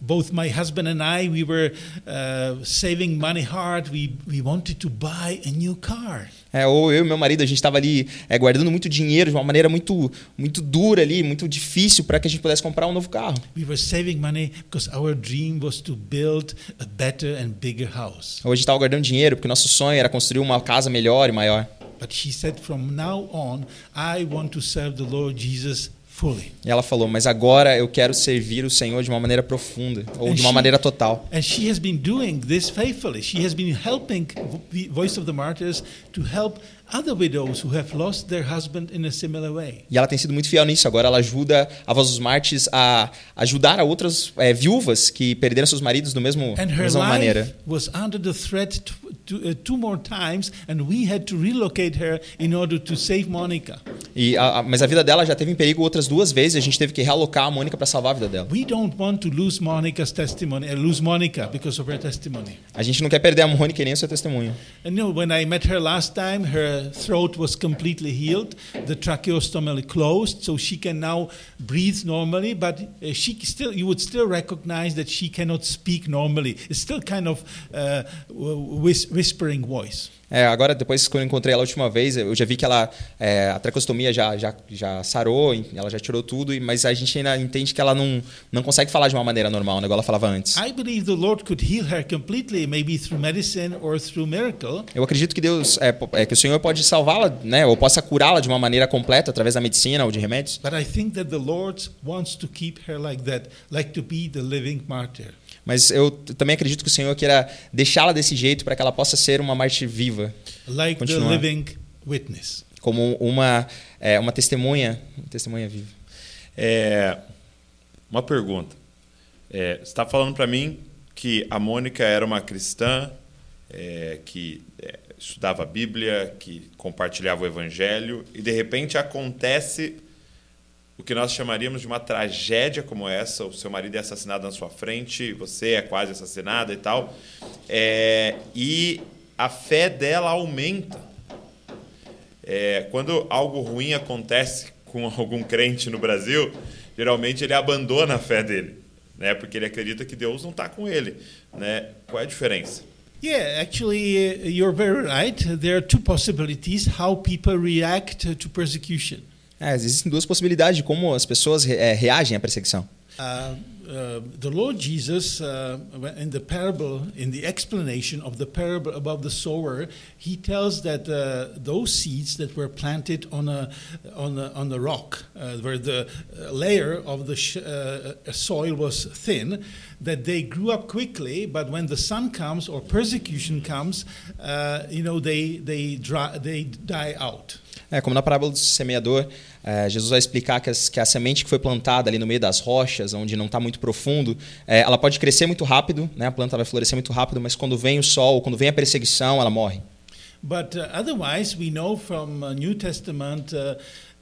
[SPEAKER 3] both my husband and I, we were uh, saving money hard. We, we wanted to buy a new car.
[SPEAKER 4] É, ou eu e meu marido, a gente estava ali é, guardando muito dinheiro de uma maneira muito, muito dura ali, muito difícil para que a gente pudesse comprar um novo carro.
[SPEAKER 3] We were saving money because our dream was to build a better and bigger house.
[SPEAKER 4] Ou a gente estava guardando dinheiro porque nosso sonho era construir uma casa melhor e maior.
[SPEAKER 3] But she said, from now on, I want to serve the Lord Jesus fully.
[SPEAKER 4] E ela falou, mas agora eu quero servir o Senhor de uma maneira profunda, ou de uma maneira total.
[SPEAKER 3] And she has been doing this faithfully. She has been helping the Voice of the Martyrs to help other widows who have lost their husband in a similar way.
[SPEAKER 4] E ela tem sido muito fiel nisso. Agora ela ajuda a Voz dos Martes a ajudar a outras é, viúvas que perderam seus maridos do mesmo, da
[SPEAKER 3] And her
[SPEAKER 4] mesma
[SPEAKER 3] life
[SPEAKER 4] maneira.
[SPEAKER 3] was under the threat t- to, uh, two more times, and we had to relocate her in order to save Monica.
[SPEAKER 4] E a- a- mas a vida dela já teve em perigo outras duas vezes. e A gente teve que realocar a Mônica para salvar a vida dela.
[SPEAKER 3] We don't want to lose Monica's testimony, uh, lose Monica because of her testimony.
[SPEAKER 4] A gente não quer perder a Mônica e nem o seu testemunho.
[SPEAKER 3] And you know, when I met her last time, her throat was completely healed, the tracheostomy closed, so she can now breathe normally. But uh, she still, you would still recognize that she cannot speak normally. It's still kind of uh, whis- whispering voice.
[SPEAKER 4] É, agora, depois que eu encontrei ela a última vez, eu já vi que ela é, a tracostomia já, já, já sarou, ela já tirou tudo, e- mas a gente ainda entende que ela não, não consegue falar de uma maneira normal, né, igual ela falava antes.
[SPEAKER 3] I believe the Lord could heal her completely, maybe through medicine or through miracle.
[SPEAKER 4] Eu acredito que Deus é, po- é, que o Senhor pode salvá-la, né, ou possa curá-la de uma maneira completa através da medicina ou de remédios.
[SPEAKER 3] But I think that the Lord wants to keep her like that, like to be the living martyr.
[SPEAKER 4] Mas eu t- também acredito que o Senhor queira deixá-la desse jeito para que ela possa ser uma mártir viva,
[SPEAKER 3] like the
[SPEAKER 4] Continuar.
[SPEAKER 3] living witness.
[SPEAKER 4] como uma é, uma testemunha, uma testemunha viva.
[SPEAKER 2] É, uma pergunta. É, você está falando para mim que a Mônica era uma cristã é, que é, estudava a Bíblia, que compartilhava o Evangelho, e de repente acontece o que nós chamaríamos de uma tragédia como essa: o seu marido é assassinado na sua frente, você é quase assassinada e tal, É, e a fé dela aumenta. É, quando algo ruim acontece com algum crente no Brasil, geralmente ele tá abandona a fé dele, né? Porque ele acredita que Deus não está com ele, né? Qual é a diferença?
[SPEAKER 3] Yeah, actually, uh, you're very right. There are two possibilities how people react uh, to persecution.
[SPEAKER 4] É, existem duas possibilidades de como as pessoas re- é, reagem à perseguição.
[SPEAKER 3] Uh, uh, the Lord Jesus, uh, when- in the parable, in the explanation of the parable about the sower, he tells that uh, those seeds that were planted on a on a, on the rock, uh, where the uh, layer of the sh- uh, uh, soil was thin, that they grew up quickly. But when the sun comes or persecution comes, uh, you know they they dry, they die out.
[SPEAKER 4] É, como na parábola do semeador, é, Jesus vai explicar que, as- que a semente que foi plantada ali no meio das rochas, onde não está muito profundo, é, ela pode crescer muito rápido, né? a planta vai florescer muito rápido, mas quando vem o sol, quando vem a perseguição, ela morre.
[SPEAKER 3] But uh, otherwise, we know from uh, New Testament, uh,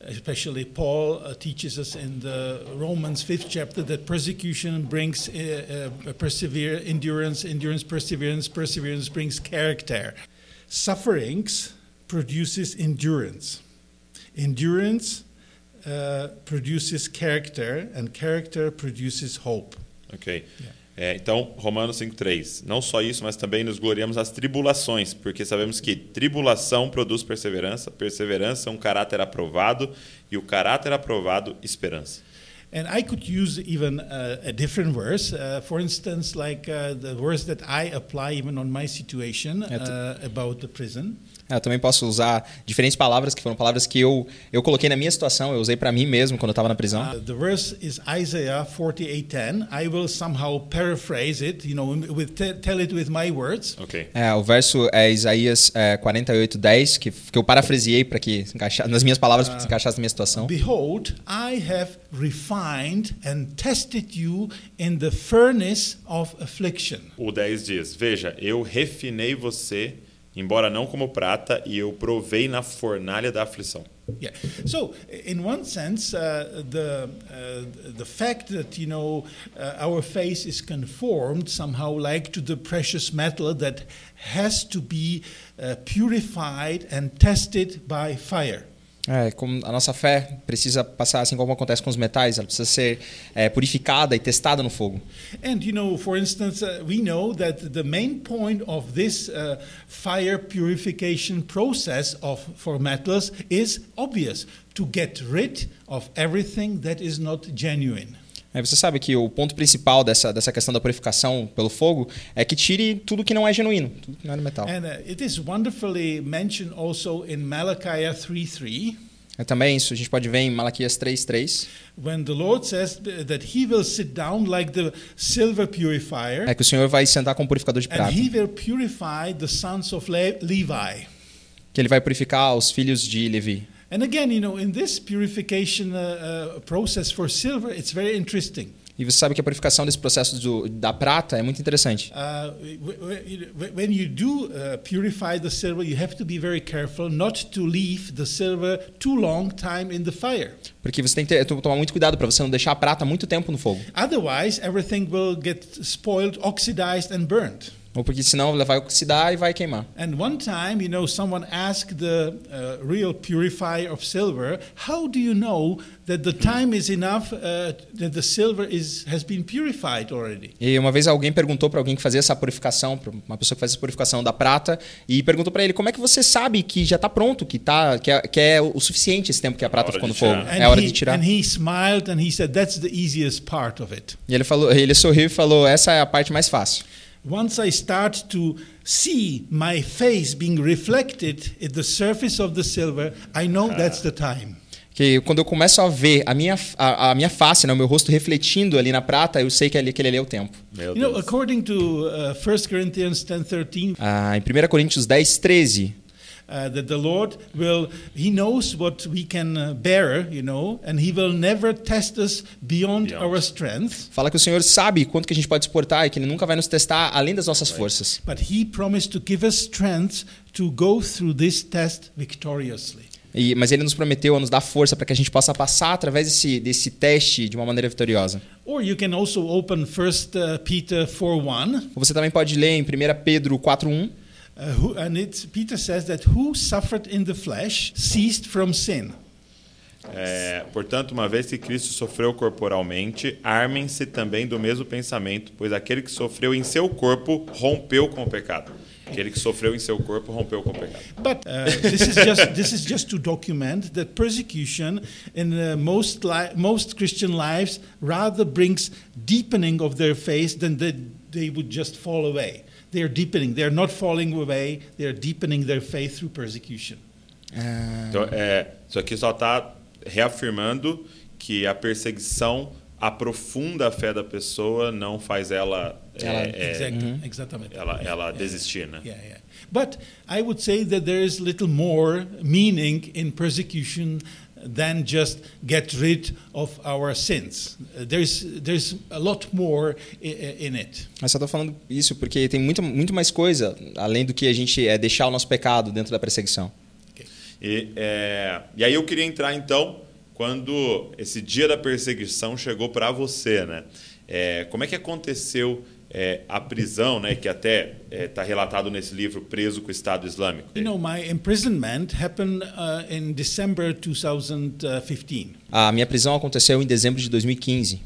[SPEAKER 3] especially Paul uh, teaches us in the Romans fifth chapter that persecution brings uh, uh, persevere endurance, endurance perseverance, perseverance brings character. Sufferings produces endurance. Endurance uh, produces character, and character produces hope.
[SPEAKER 2] Ok. É, então, Romanos 5,3. Não só isso, mas também nos gloriamos às tribulações, porque sabemos que tribulação produz perseverança, perseverança um caráter aprovado, e o caráter aprovado, esperança.
[SPEAKER 3] And I could use even uh, a different verse. Uh, for instance, like uh, the verse that I apply even on my situation
[SPEAKER 4] Yeah, t-
[SPEAKER 3] uh, about the prison.
[SPEAKER 4] É, eu também posso usar diferentes palavras, que foram palavras que eu, eu coloquei na minha situação, eu usei para mim mesmo quando eu estava na prisão.
[SPEAKER 3] Uh, the verse is Isaiah 48:10. I will somehow paraphrase it, you know, with te- tell it with my words.
[SPEAKER 2] Ok.
[SPEAKER 4] É, o verso é Isaías é, 48, 10, que, que eu parafraseei para que se encaixasse nas minhas palavras, para que se encaixasse na minha situação.
[SPEAKER 3] Behold, I have refined and tested you in the furnace of affliction.
[SPEAKER 2] O 10 diz: Veja, eu refinei você, embora não como prata, e eu provei na fornalha da aflição.
[SPEAKER 3] Yeah. So, i- in one sense, uh, the uh, the fact that you know uh, our face is conformed somehow, like to the precious metal that has to be uh, purified and tested by fire.
[SPEAKER 4] É, como a nossa fé precisa passar, assim como acontece com os metais, ela precisa ser é, purificada e testada no fogo.
[SPEAKER 3] And you know, for instance, uh, we know that the main point of this uh, fire purification process of for metals is obvious: to get rid of everything that is not genuine.
[SPEAKER 4] É, você sabe que o ponto principal dessa, dessa questão da purificação pelo fogo é que tire tudo que não é genuíno, tudo que não é do metal.
[SPEAKER 3] And uh, it is wonderfully mentioned also in Malachi 3:3
[SPEAKER 4] É também isso, a gente pode ver em Malaquias 3.3,
[SPEAKER 3] when the Lord says th- that he will sit down like the silver purifier
[SPEAKER 4] é que o Senhor vai sentar como purificador de
[SPEAKER 3] and
[SPEAKER 4] prata,
[SPEAKER 3] he will purify the sons of Le- Levi.
[SPEAKER 4] que ele vai purificar os filhos de Levi.
[SPEAKER 3] And again, you know, in this purification uh, uh, process for silver, it's very interesting.
[SPEAKER 4] E você sabe que a purificação desse processo do- da prata é muito interessante.
[SPEAKER 3] Uh, w- w- w- when you do uh, purify the silver, you have to be very careful not to leave the silver too long time in the fire.
[SPEAKER 4] Porque você tem que ter- tomar muito cuidado para você não deixar a prata muito tempo no fogo.
[SPEAKER 3] Otherwise, everything will get spoiled, oxidized, and burned.
[SPEAKER 4] Ou porque senão ela vai oxidar e vai queimar.
[SPEAKER 3] And one time, you know, someone asked the uh, real purifier of silver, "How do you know that the time is enough uh, that the silver is has been purified already?"
[SPEAKER 4] E uma vez alguém perguntou para alguém que fazia essa purificação, pra uma pessoa que faz essa purificação da prata, e perguntou para ele como é que você sabe que já tá pronto, que tá que é, que é o suficiente esse tempo que a prata
[SPEAKER 2] hora
[SPEAKER 4] ficou no
[SPEAKER 2] de
[SPEAKER 4] fogo.
[SPEAKER 2] tirar.
[SPEAKER 4] É hora
[SPEAKER 3] he,
[SPEAKER 4] de tirar.
[SPEAKER 3] and he smiled and he said, "That's the easiest part of it.
[SPEAKER 4] E ele falou, ele sorriu e falou: "Essa é a parte mais fácil.
[SPEAKER 3] Once I start to see my face being reflected at the surface of the silver, I know that's the time."
[SPEAKER 4] Que quando eu começo a ver a minha a, a minha face, né, o meu rosto refletindo ali na prata, eu sei que ali aquele ali é o tempo."
[SPEAKER 2] Meu
[SPEAKER 3] you know, according to uh, 1 Corinthians 10:13,
[SPEAKER 4] Ah, em 1 Coríntios 10, 13,
[SPEAKER 3] uh, that the Lord will, He knows what we can uh, bear, you know, and He will never test us beyond,
[SPEAKER 2] Beyond.
[SPEAKER 3] our strength.
[SPEAKER 4] fala que o Senhor sabe quanto que a gente pode suportar e que ele nunca vai nos testar além das nossas forças.
[SPEAKER 3] But He promised to give us strength to go through this test victoriously.
[SPEAKER 4] E- mas ele nos prometeu a nos dar força para que a gente possa passar através desse, desse teste de uma maneira vitoriosa.
[SPEAKER 3] Or you can also open 1 uh, Peter 4 1,
[SPEAKER 4] Você também pode ler em 1 Pedro 4.1,
[SPEAKER 3] uh, who, and it's, Peter says that who suffered in the flesh ceased from sin.
[SPEAKER 2] É, portanto, uma vez que Cristo sofreu corporalmente, armem-se também do mesmo pensamento, pois aquele que sofreu em seu corpo rompeu com o pecado. Aquele que sofreu em seu corpo rompeu com o pecado.
[SPEAKER 3] But uh, this is just this is just to document that persecution in uh, most li- most Christian lives rather brings deepening of their faith than that they would just fall away. They are deepening. They are not falling away. They are deepening their faith through persecution.
[SPEAKER 2] Então, é, isso aqui só está reafirmando que a perseguição aprofunda a fé da pessoa, não faz ela é,
[SPEAKER 4] Ela-
[SPEAKER 2] é,
[SPEAKER 3] exactly. Exactly.
[SPEAKER 2] ela, ela desistir, né?
[SPEAKER 3] Yeah, yeah. But I would say that there is little more meaning in persecution than just get rid of our sins. Uh, There's there's a lot more i- i- in it.
[SPEAKER 4] Mas só tô falando isso porque tem muito, muito mais coisa além do que a gente é deixar o nosso pecado dentro da perseguição.
[SPEAKER 2] E, é, e aí eu queria entrar então quando esse dia da perseguição chegou para você, né? É, como é que aconteceu é, a prisão, né? Que até está relatado nesse livro, preso com o Estado Islâmico.
[SPEAKER 3] You know, my imprisonment happened uh, in December 2015.
[SPEAKER 4] A minha prisão aconteceu em dezembro de 2015.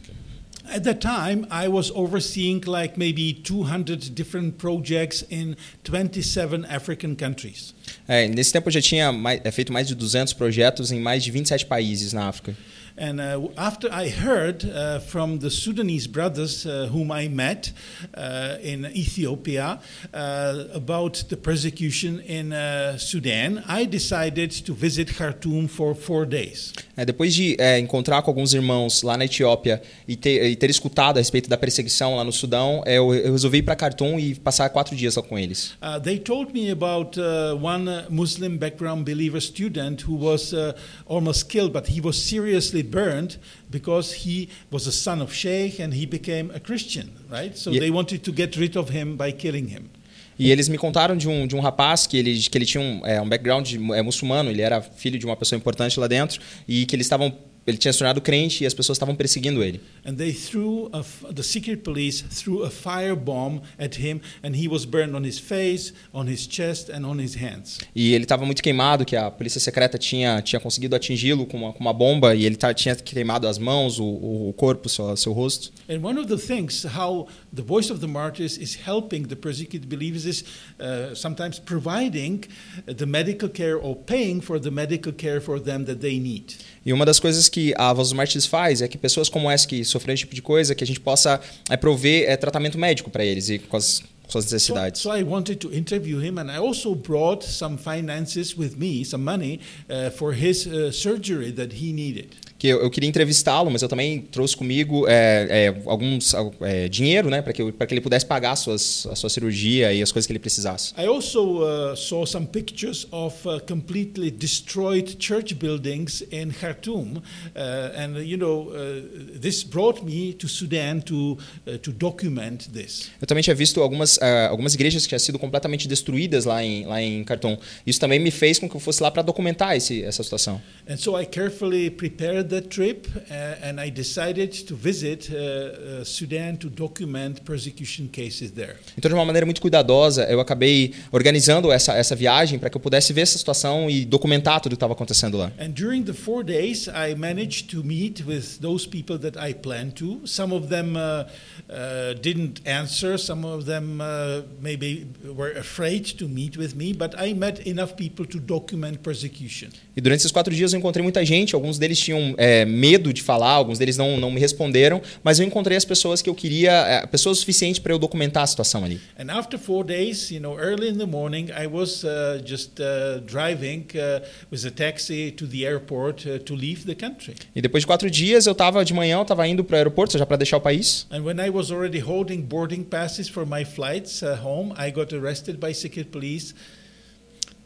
[SPEAKER 3] At that time, I was overseeing like maybe 200 different projects in 27 African countries.
[SPEAKER 4] É, nesse tempo eu já tinha mais, é, feito mais de 200 projetos em mais de 27 países na África.
[SPEAKER 3] And uh, w- after I heard uh, from the Sudanese brothers uh, whom I met uh, in Ethiopia uh, about the persecution in uh, Sudan, I decided to visit Khartoum for four days.
[SPEAKER 4] É, depois de é, encontrar com alguns irmãos lá na Etiópia e ter, e ter escutado a respeito da perseguição lá no Sudão, é, eu, eu resolvi ir para Khartoum e passar quatro dias lá com eles.
[SPEAKER 3] Uh, they told me about uh, one uh, Muslim background believer student who was uh, almost killed, but he was seriously burned because he was a son of Sheikh and he became a Christian, right? So
[SPEAKER 4] Ye-
[SPEAKER 3] they wanted to get rid of him by killing him.
[SPEAKER 4] E eles me contaram de um, de um rapaz que ele, que ele tinha um, é, um background de mu- é, muçulmano, ele era filho de uma pessoa importante lá dentro e que eles estavam ele tinha se tornado crente e as pessoas estavam perseguindo ele.
[SPEAKER 3] And they threw a f- the secret police threw a firebomb at him, and he was burned on his face, on his chest, and on his hands.
[SPEAKER 4] E ele estava muito queimado, que a polícia secreta tinha, tinha conseguido atingi-lo com uma, com uma bomba e ele tá- tinha queimado as mãos, o, o corpo, seu, seu rosto.
[SPEAKER 3] And one of the things how the voice of the martyrs is helping the persecuted believers is uh, sometimes providing the medical care or paying for the medical care for them that they need.
[SPEAKER 4] E uma das coisas que a Voz dos Mártires faz é que pessoas como essa que sofreram esse tipo de coisa, que a gente possa é, prover é, tratamento médico para eles e com as com suas
[SPEAKER 3] So,
[SPEAKER 4] necessidades.
[SPEAKER 3] so I wanted to interview him, and I also brought some finances with me, some money uh, for his uh, surgery that he needed.
[SPEAKER 4] Que eu, eu queria entrevistá-lo, mas eu também trouxe comigo é, é, alguns al- é, dinheiro, né, para que, eu- pra que ele pudesse pagar suas, a sua cirurgia e as coisas que ele precisasse.
[SPEAKER 3] I also uh, saw some pictures of uh, completely destroyed church buildings in Khartoum, uh, and uh, you know uh, this brought me to Sudan to uh, to document this.
[SPEAKER 4] Eu também tinha visto algumas, ah, algumas igrejas que tinham sido completamente destruídas lá em, lá em Khartoum. Isso também me fez com que eu fosse lá para documentar esse, essa situação.
[SPEAKER 3] And so I carefully prepared that trip, uh, and I decided to visit uh, uh, Sudan to document persecution cases there.
[SPEAKER 4] Então, de uma maneira muito cuidadosa, eu acabei organizando essa, essa viagem para que eu pudesse ver essa situação e documentar tudo o que estava acontecendo lá.
[SPEAKER 3] And during the four days, I managed to meet with those people that I planned to. Some of them uh, uh, didn't answer, some of them uh, maybe were afraid to meet with me, but I met enough people to document persecution.
[SPEAKER 4] E durante esses quatro dias eu encontrei muita gente, alguns deles tinham é, medo de falar, alguns deles não, não me responderam, mas eu encontrei as pessoas que eu queria, é, pessoas suficientes para eu documentar a situação ali.
[SPEAKER 3] And after four days, you know, early in the morning, I was uh, just uh, driving uh, with a taxi to the airport uh, to leave the country.
[SPEAKER 4] E depois de quatro dias eu estava de manhã, eu estava indo para o aeroporto, já para deixar o país.
[SPEAKER 3] And when I was already holding boarding passes for my flights uh, home, I got arrested by secret police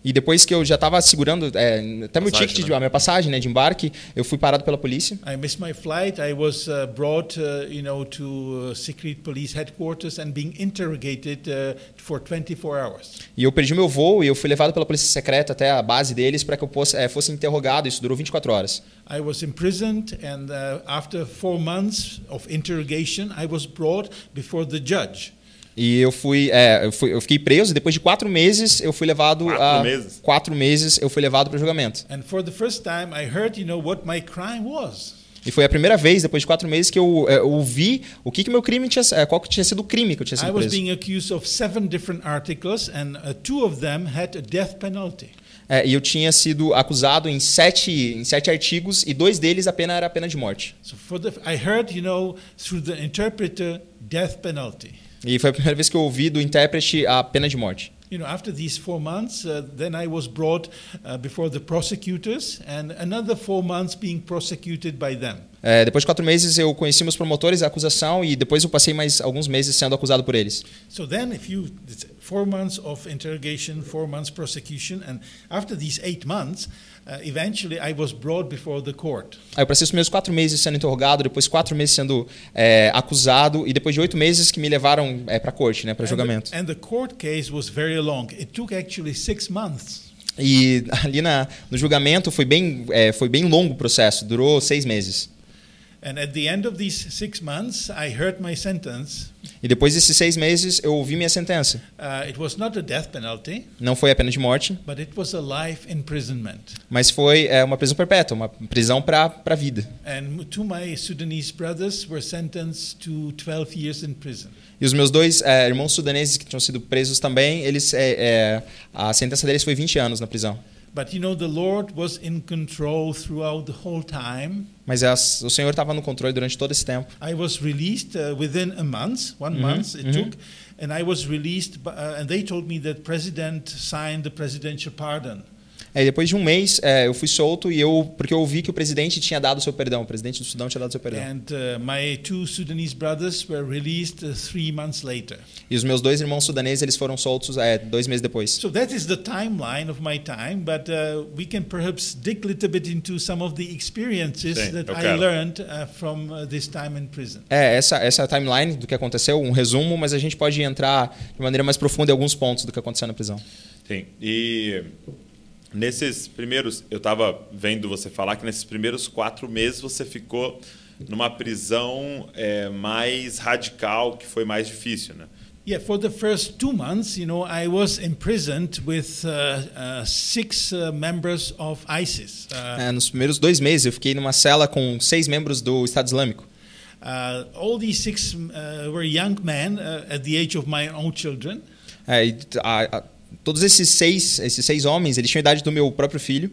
[SPEAKER 4] E depois que eu já estava segurando é, até meu
[SPEAKER 2] Passagem,
[SPEAKER 4] ticket, de,
[SPEAKER 2] né?
[SPEAKER 4] a minha passagem né, de embarque, eu fui parado pela polícia.
[SPEAKER 3] I missed my flight. I was uh, brought, uh, you know, to uh, secret police headquarters and being interrogated uh, for 24 hours.
[SPEAKER 4] E eu perdi meu voo e eu fui levado pela polícia secreta até a base deles para que eu fosse, é, fosse interrogado. Isso durou 24 horas.
[SPEAKER 3] I was imprisoned, and uh, after four months of interrogation, I was brought before the judge.
[SPEAKER 4] E eu fui, é, eu fui- eu fiquei preso. E depois de quatro meses, eu fui levado
[SPEAKER 2] Quatro
[SPEAKER 4] a
[SPEAKER 2] meses?
[SPEAKER 4] quatro meses, eu fui levado para julgamento.
[SPEAKER 3] And for the first time, I heard, you know, what my crime was.
[SPEAKER 4] E foi a primeira vez depois de quatro meses que eu, é, ouvi o que que meu crime tinha, é, qual que tinha sido o crime que eu tinha
[SPEAKER 3] I
[SPEAKER 4] sido
[SPEAKER 3] was
[SPEAKER 4] preso.
[SPEAKER 3] being accused of seven different articles, and uh, two of them had a death penalty.
[SPEAKER 4] É, e eu tinha sido acusado em sete, em sete artigos e dois deles a pena era a pena de morte.
[SPEAKER 3] So for the, I heard, you know, through the interpreter, death penalty.
[SPEAKER 4] E foi a primeira vez que eu ouvi do intérprete a pena de morte.
[SPEAKER 3] You know, after these four months, uh, then I was brought uh, before the prosecutors, and another four months being prosecuted by them.
[SPEAKER 4] É, depois de quatro meses eu conheci meus promotores, a acusação e depois eu passei mais alguns meses sendo acusado por eles.
[SPEAKER 3] So then, if you it's four months of interrogation, four months prosecution, and after these eight months, uh, eventually I was brought before the court.
[SPEAKER 4] Aí eu passei os meus quatro meses sendo interrogado, depois quatro meses sendo é, acusado e depois de oito meses que me levaram é, para corte, né, para
[SPEAKER 3] And the-
[SPEAKER 4] julgamento.
[SPEAKER 3] and the court case was very long. It took actually six months.
[SPEAKER 4] E ali na, no julgamento foi bem, é, foi bem longo o processo, durou seis meses.
[SPEAKER 3] And at the end of these six months, I heard my sentence.
[SPEAKER 4] E depois desses seis meses eu ouvi minha sentença.
[SPEAKER 3] Uh, it was not a death penalty,
[SPEAKER 4] Não foi a pena de morte,
[SPEAKER 3] but it was a life imprisonment.
[SPEAKER 4] mas foi é, uma prisão perpétua, uma prisão para a vida.
[SPEAKER 3] And two of my Sudanese brothers were sentenced to 12 years in prison.
[SPEAKER 4] E os meus dois é, irmãos sudaneses que tinham sido presos também, eles é, é, a sentença deles foi 20 anos na prisão.
[SPEAKER 3] But you know, the Lord was in control throughout the whole time.
[SPEAKER 4] Mas as- o Senhor estava no controle durante todo esse tempo.
[SPEAKER 3] I was released uh, within a month, one month it took, and I was released. bu- Uh, and they told me that President signed the presidential pardon.
[SPEAKER 4] É, e depois de um mês é, eu fui solto e eu porque eu ouvi que o presidente tinha dado seu perdão, o presidente do Sudão tinha dado seu perdão.
[SPEAKER 3] And uh, my two Sudanese brothers were released uh, three months later.
[SPEAKER 4] E os meus dois irmãos sudaneses eles foram soltos é, dois meses depois.
[SPEAKER 3] So that is the timeline of my time, but uh, we can perhaps dig a little bit into some of the experiences
[SPEAKER 2] Sí,
[SPEAKER 3] that I
[SPEAKER 2] okay.
[SPEAKER 3] learned uh, from uh, this time in prison.
[SPEAKER 4] É essa essa é a timeline do que aconteceu, um resumo, mas a gente pode entrar de maneira mais profunda em alguns pontos do que aconteceu na prisão.
[SPEAKER 2] Sim. E nesses primeiros, eu estava vendo você falar que nesses primeiros quatro meses você ficou numa prisão é, mais radical, que foi mais difícil, né?
[SPEAKER 3] Yeah, for the first two months, you know, I was imprisoned with uh, uh, six uh, members of ISIS. Uh,
[SPEAKER 4] É, nos primeiros dois meses eu fiquei numa cela com seis membros do Estado Islâmico.
[SPEAKER 3] uh, all these six uh, were young men uh, at the age of my own children.
[SPEAKER 4] É, e t- a- a- todos esses seis, esses seis homens, eles tinham a idade do meu próprio filho.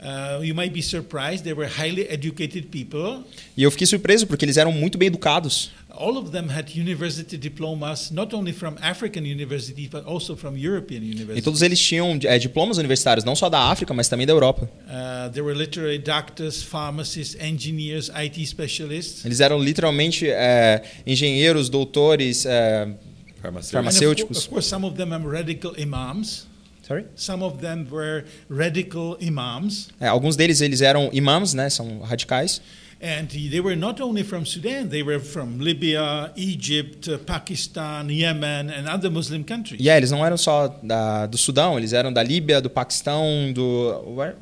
[SPEAKER 3] Uh, you might be surprised, they were highly educated people.
[SPEAKER 4] E eu fiquei surpreso porque eles eram muito bem educados.
[SPEAKER 3] All of them had university diplomas, not only from African universities, but also from European
[SPEAKER 4] E
[SPEAKER 3] universities.
[SPEAKER 4] todos eles tinham é, diplomas universitários, não só da África, mas também da Europa.
[SPEAKER 3] Uh, there were literary doctors, pharmacists, engineers, IT specialists.
[SPEAKER 4] Eles eram literalmente é, engenheiros, doutores. é,
[SPEAKER 2] Farmacêutico.
[SPEAKER 3] And of, cour-
[SPEAKER 4] Farmacêuticos.
[SPEAKER 3] of course, some of them are radical imams.
[SPEAKER 4] Sorry?
[SPEAKER 3] Some of them were radical imams.
[SPEAKER 4] É, alguns deles eles eram imãs, né? São radicais.
[SPEAKER 3] And they were not only from Sudan, they were from Libya, Egypt, uh, Pakistan, Yemen, and other Muslim countries.
[SPEAKER 4] E é, eles não eram só da, do Sudão, eles eram da Líbia, do Paquistão, do. where?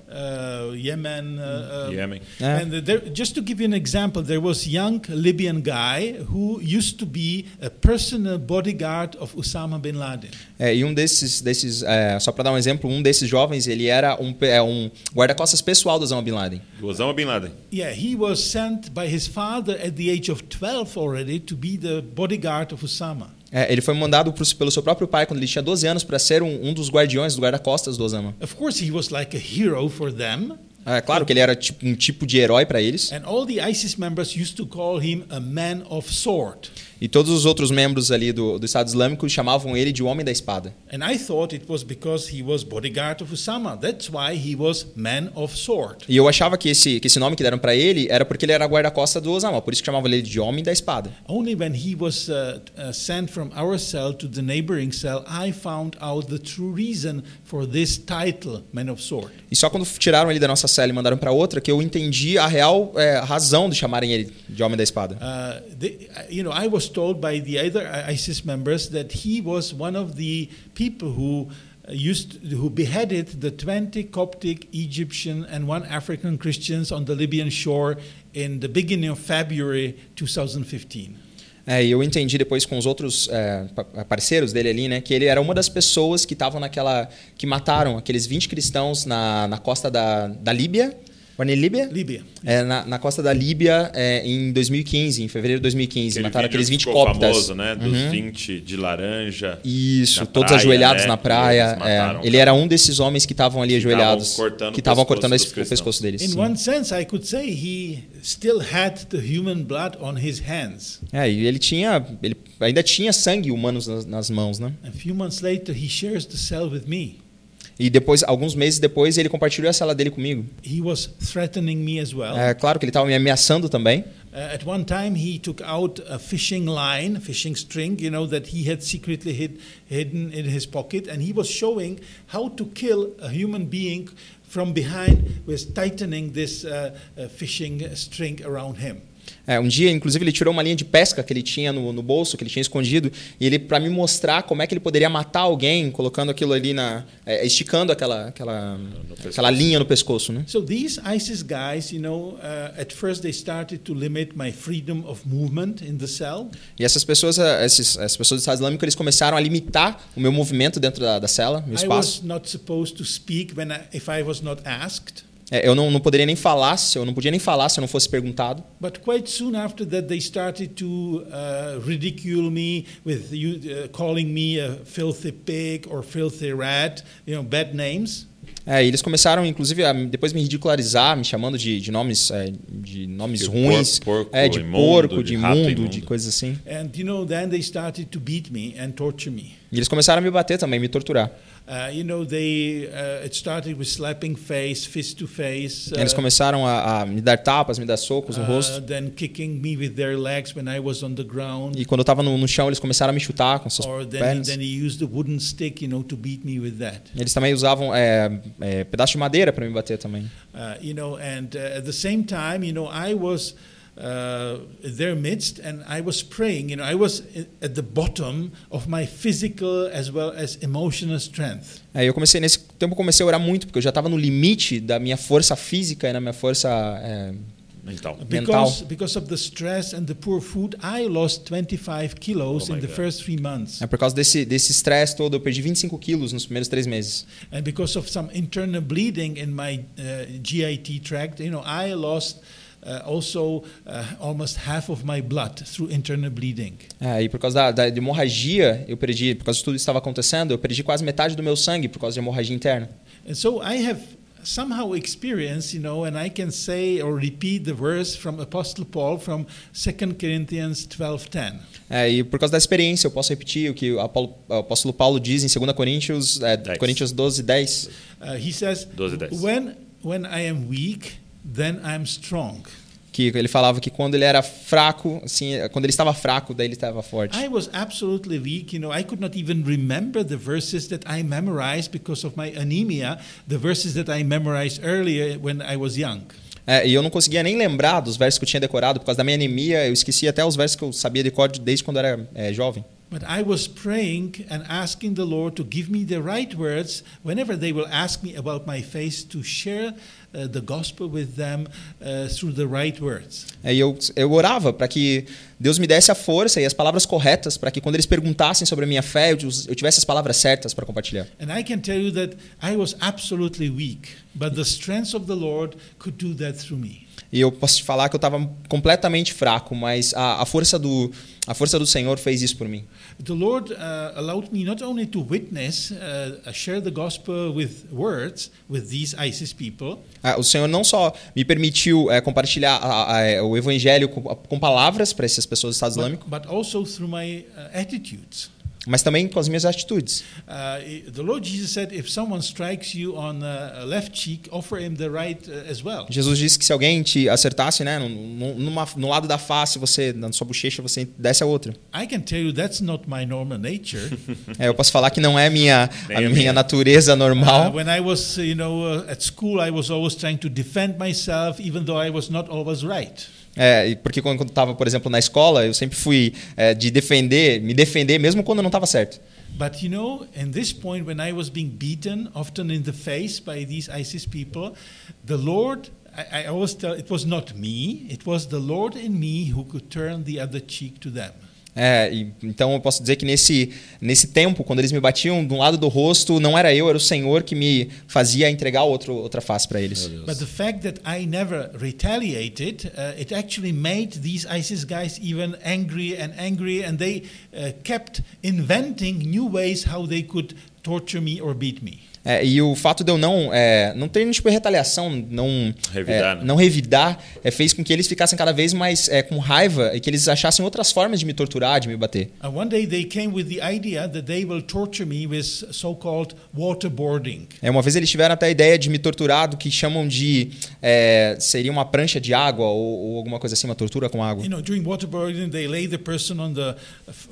[SPEAKER 3] uh, Yemen. Uh, uh,
[SPEAKER 2] Yemen.
[SPEAKER 4] Yeah.
[SPEAKER 3] And there, just to give you an example, there was young Libyan guy who used to be a personal bodyguard of Osama bin Laden.
[SPEAKER 4] É, e um desses, desses é, só para dar um exemplo, um desses jovens, ele era um, pe- é, um guarda-costas pessoal do Osama Bin Laden.
[SPEAKER 2] Do Osama Bin Laden.
[SPEAKER 3] Yeah, he was sent by his father at the age of 12 already to be the bodyguard of Osama.
[SPEAKER 4] É, ele foi mandado pro- pelo seu próprio pai quando ele tinha 12 anos para ser um, um dos guardiões do guarda-costas do Osama.
[SPEAKER 3] Of course, he was like a hero for them,
[SPEAKER 4] É claro que ele era tipo, um tipo de herói para eles.
[SPEAKER 3] and all the ISIS members used to call him a man of sword.
[SPEAKER 4] E todos os outros membros ali do, do Estado Islâmico chamavam ele de Homem da Espada.
[SPEAKER 3] And I thought it was because he was bodyguard of Osama. That's why he was man of sword.
[SPEAKER 4] E eu achava que esse, que esse nome que deram para ele era porque ele era guarda-costas do Osama, por isso que chamavam ele de Homem da Espada.
[SPEAKER 3] Only when he was uh, uh, sent from our cell to the neighboring cell, I found out the true reason for this title, Man of Sword.
[SPEAKER 4] E só quando tiraram ele da nossa cela e mandaram para outra que eu entendi a real é, razão de chamarem ele de Homem da Espada.
[SPEAKER 3] Uh, they, you know, I was told by the other ISIS members that he was one of the people who uh, used who beheaded the 20 Coptic Egyptian and one African Christians on the Libyan shore in the beginning of February 2015.
[SPEAKER 4] É, e eu entendi depois com os outros é, pa- parceiros dele ali, né, que ele era uma das pessoas que estavam naquela. que mataram aqueles 20 cristãos na, na costa da, da Líbia. War nem Líbia?
[SPEAKER 3] Líbia.
[SPEAKER 4] É, na, na costa da Líbia é, em 2015, em fevereiro de 2015.
[SPEAKER 2] Aquele
[SPEAKER 4] mataram
[SPEAKER 2] vídeo
[SPEAKER 4] aqueles
[SPEAKER 2] que
[SPEAKER 4] 20
[SPEAKER 2] ficou
[SPEAKER 4] coptas. Uhum.
[SPEAKER 2] famoso, né? Dos 20 de laranja.
[SPEAKER 4] Isso,
[SPEAKER 2] na
[SPEAKER 4] todos
[SPEAKER 2] praia,
[SPEAKER 4] ajoelhados
[SPEAKER 2] né?
[SPEAKER 4] na
[SPEAKER 2] que
[SPEAKER 4] praia.
[SPEAKER 2] eles
[SPEAKER 4] é.
[SPEAKER 2] mataram,
[SPEAKER 4] ele
[SPEAKER 2] cara.
[SPEAKER 4] era um desses homens que estavam ali
[SPEAKER 2] Que estavam
[SPEAKER 4] ajoelhados.
[SPEAKER 2] cortando
[SPEAKER 4] que
[SPEAKER 2] o
[SPEAKER 4] estavam
[SPEAKER 2] pescoço
[SPEAKER 4] cortando
[SPEAKER 2] dos
[SPEAKER 4] esse- o
[SPEAKER 2] cristãos.
[SPEAKER 4] pescoço deles.
[SPEAKER 3] In
[SPEAKER 4] sim.
[SPEAKER 3] one sense, I could say he still had the human blood on his hands.
[SPEAKER 4] É, e ele tinha. Ele ainda tinha sangue humano nas, nas mãos, né?
[SPEAKER 3] A few months later, he shares the cell with me.
[SPEAKER 4] E depois, alguns meses depois, ele compartilhou a sala dele comigo.
[SPEAKER 3] He was threatening me as well.
[SPEAKER 4] É claro que ele estava me ameaçando também.
[SPEAKER 3] Uh, at one time, he took out a fishing line, fishing string, you know, that he had secretly hid, hidden in his pocket, and he was showing how to kill a human being from behind with tightening this uh, uh, fishing string around him.
[SPEAKER 4] É, um dia, inclusive, ele tirou uma linha de pesca que ele tinha no, no bolso, que ele tinha escondido, e ele para me mostrar como é que ele poderia matar alguém colocando aquilo ali na, é, esticando aquela aquela, aquela linha no pescoço, né?
[SPEAKER 3] So these ISIS guys, you know, uh, at first they started to limit my freedom of movement in the cell.
[SPEAKER 4] E essas pessoas, é, esses, as pessoas do Estado Islâmico, eles começaram a limitar o meu movimento dentro da, da cela, meu
[SPEAKER 3] I
[SPEAKER 4] espaço.
[SPEAKER 3] was not supposed to speak when I, if I was not asked.
[SPEAKER 4] É, eu não, não poderia nem falar, se eu não podia nem falar se eu não fosse perguntado.
[SPEAKER 3] But quite soon after that, they started to uh, ridicule me with you, uh, calling me a filthy pig or filthy rat, you know, bad names.
[SPEAKER 4] É, e eles começaram, inclusive, a me- depois me ridicularizar, me chamando de, de nomes, é, de nomes
[SPEAKER 2] De
[SPEAKER 4] ruins,
[SPEAKER 2] por- porco,
[SPEAKER 4] é, de
[SPEAKER 2] imundo,
[SPEAKER 4] porco, de
[SPEAKER 2] de rato
[SPEAKER 4] imundo,
[SPEAKER 2] imundo.
[SPEAKER 4] de coisas assim.
[SPEAKER 3] And you know, then they started to beat me and torture me.
[SPEAKER 4] E eles começaram a me bater também, me torturar.
[SPEAKER 3] Uh, you know, they uh, it started with slapping face, fist to face.
[SPEAKER 4] Eles
[SPEAKER 3] Uh,
[SPEAKER 4] começaram a, a me dar tapas, me dar socos no
[SPEAKER 3] uh,
[SPEAKER 4] rosto.
[SPEAKER 3] then kicking me with their legs when I was on the ground.
[SPEAKER 4] E quando eu tava no, no chão, eles começaram a me chutar com suas
[SPEAKER 3] Or then,
[SPEAKER 4] pernas.
[SPEAKER 3] then he used a wooden stick, you know, to beat me with that.
[SPEAKER 4] Eles também usavam é, é, pedaço de madeira para me bater também.
[SPEAKER 3] Uh, you know, and uh, at the same time, you know, I was uh, in their midst and I was praying. You know, I was i- at the bottom of my physical as well as emotional strength.
[SPEAKER 4] Aí eu comecei, nesse tempo eu comecei a orar muito, porque eu já estava no limite da minha força física e na minha força. é,
[SPEAKER 2] Então,
[SPEAKER 3] Because, because of the stress and the poor food, I lost 25 kilos
[SPEAKER 2] Oh my
[SPEAKER 3] in the
[SPEAKER 2] God.
[SPEAKER 3] first three months.
[SPEAKER 4] é por causa desse desse estresse todo, eu perdi 25 quilos nos primeiros três meses.
[SPEAKER 3] And because of some internal bleeding in my uh, GIT tract, you know, I lost uh, also uh, almost half of my blood through internal bleeding.
[SPEAKER 4] É, e por causa da, da hemorragia, eu perdi, por causa de tudo que estava acontecendo, eu perdi quase metade do meu sangue por causa de hemorragia interna.
[SPEAKER 3] And so I have somehow experienced, you know, and I can say or repeat the verse from Apostle Paul from 2 Corinthians 12:10.
[SPEAKER 4] É, e por causa da experiência, eu posso repetir o que o Apolo- o apóstolo Paulo diz em 2 Coríntios, é,
[SPEAKER 2] 10.
[SPEAKER 4] Coríntios 12, 10.
[SPEAKER 3] Uh, he says,
[SPEAKER 2] 12:10.
[SPEAKER 3] "When when I am weak, then I am strong."
[SPEAKER 4] Que ele falava que quando ele era fraco, assim, quando ele estava fraco, daí ele estava forte.
[SPEAKER 3] I was absolutely weak, you know. I could not even remember the verses that I memorized because of my anemia, the verses that I memorized earlier when I was young.
[SPEAKER 4] É, e eu não conseguia nem lembrar dos versos que eu tinha decorado, por causa da minha anemia, eu esqueci até os versos que eu sabia de cor desde quando eu era é, jovem.
[SPEAKER 3] But I was praying and asking the Lord to give me the right words whenever they will ask me about my faith to share uh, the gospel with them uh, through the right words.
[SPEAKER 4] É, e eu, eu orava para que Deus me desse a força e as palavras corretas, para que quando eles perguntassem sobre a minha fé, eu, eu tivesse as palavras certas para compartilhar.
[SPEAKER 3] And I can tell you that I was absolutely weak, but the strength of the Lord could do that through me.
[SPEAKER 4] E eu posso te falar que eu estava completamente fraco, mas a, a força do a força do Senhor fez isso por mim.
[SPEAKER 3] The Lord uh, allowed me not only to witness, uh, uh, share the gospel with words with these ISIS people,
[SPEAKER 4] Ah, O Senhor não só me permitiu eh, compartilhar a- a- o evangelho com, com palavras para essas pessoas do Estado Islâmico,
[SPEAKER 3] but, but also through my uh, attitudes.
[SPEAKER 4] mas também com as minhas atitudes.
[SPEAKER 3] Uh, the Lord Jesus said, if someone strikes you on the uh, left cheek, offer him the right uh, as well.
[SPEAKER 4] Jesus disse que se alguém te acertasse, né, num- num- numa- no lado da face, você na sua bochecha, você desse a outra.
[SPEAKER 3] I can tell you that's not my normal nature.
[SPEAKER 4] É, eu posso falar que não é minha
[SPEAKER 2] Nem
[SPEAKER 4] a
[SPEAKER 2] a
[SPEAKER 4] minha,
[SPEAKER 2] minha.
[SPEAKER 4] natureza
[SPEAKER 3] Uh,
[SPEAKER 2] Ah,
[SPEAKER 4] normal.
[SPEAKER 3] when I was, uh, you know, uh, at school, I was always trying to defend myself, even though I was not always right.
[SPEAKER 4] É, e porque quando eu estava, por exemplo, na escola, eu sempre fui eh, de defender, me defender, mesmo quando eu não estava certo.
[SPEAKER 3] But you know, in this point, when I was being beaten, often in the face by these ISIS people, the Lord. I I always tell it was not me, it was the Lord in me who could turn the other cheek to them.
[SPEAKER 4] É, e- então eu posso dizer que nesse, nesse tempo, quando eles me batiam de um lado do rosto, não era eu, era o Senhor que me fazia entregar outro, outra face para eles.
[SPEAKER 3] But the fact that I never retaliated, uh, it actually made these ISIS guys even angry and angry, and they uh, kept inventing new ways how they could torture me or beat me.
[SPEAKER 4] É, e o fato de eu não, é, não ter nenhum tipo de retaliação, não
[SPEAKER 2] Revidar,
[SPEAKER 4] é,
[SPEAKER 2] né?
[SPEAKER 4] não revidar, é, fez com que eles ficassem cada vez mais é, com raiva e que eles achassem outras formas de me torturar, de me bater.
[SPEAKER 3] And Uh, one day they came with the idea that they will torture me with so-called waterboarding.
[SPEAKER 4] É, uma vez eles tiveram até a ideia de me torturar do que chamam de. é, seria uma prancha de água ou, ou alguma coisa assim, uma tortura com água.
[SPEAKER 3] You know, during waterboarding, they lay the person on the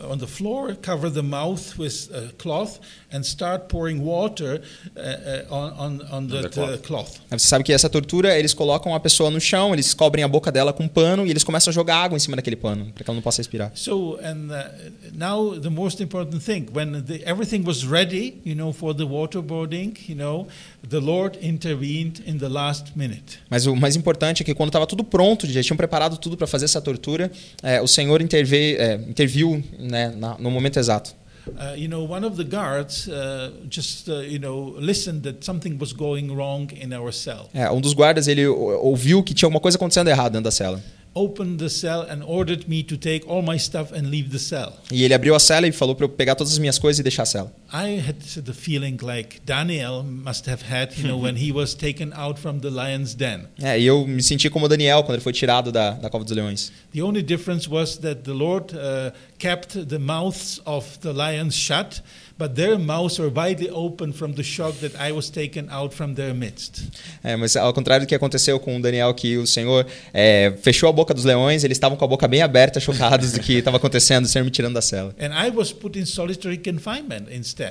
[SPEAKER 3] on the floor, cover the mouth with a cloth, and start pouring water uh, uh, on on on the,
[SPEAKER 2] the
[SPEAKER 3] the
[SPEAKER 2] cloth.
[SPEAKER 3] cloth.
[SPEAKER 4] Aí Você sabe que essa tortura, eles colocam a pessoa no chão, eles cobrem a boca dela com um pano e eles começam a jogar água em cima daquele pano, para que ela não possa respirar.
[SPEAKER 3] So, and uh, now the most important thing, when the, everything was ready, you know, for the waterboarding, you know, the Lord intervened in the last minute.
[SPEAKER 4] Mas o mais importante é que quando estava tudo pronto, já tinham preparado tudo para fazer essa tortura, é, o Senhor interve, é, interviu né, na- no momento exato.
[SPEAKER 3] Uh, you know, one of the guards uh, just, uh, you know, listened that something was going wrong in our cell,
[SPEAKER 4] É, um dos guardas ele o- ouviu que tinha alguma coisa acontecendo errada dentro da cela.
[SPEAKER 3] opened the cell, and ordered me to take all my stuff and leave the cell.
[SPEAKER 4] E ele abriu a cela e falou para eu pegar todas as minhas coisas e deixar a cela.
[SPEAKER 3] I had the feeling like Daniel must have had, you know, when he was taken out from the lion's den.
[SPEAKER 4] É, e eu me senti como Daniel quando ele foi tirado da, da cova dos leões.
[SPEAKER 3] The only difference was that the Lord uh, kept the mouths of the lions shut, but their mouths were widely open from the shock that I was taken out from their midst.
[SPEAKER 4] É, mas ao contrário do que aconteceu com o Daniel, que o Senhor é, fechou a boca dos leões, eles estavam com a boca bem aberta, chocados do que estava acontecendo, o Senhor me tirando da cela.
[SPEAKER 3] And I was put in solitary confinement instead.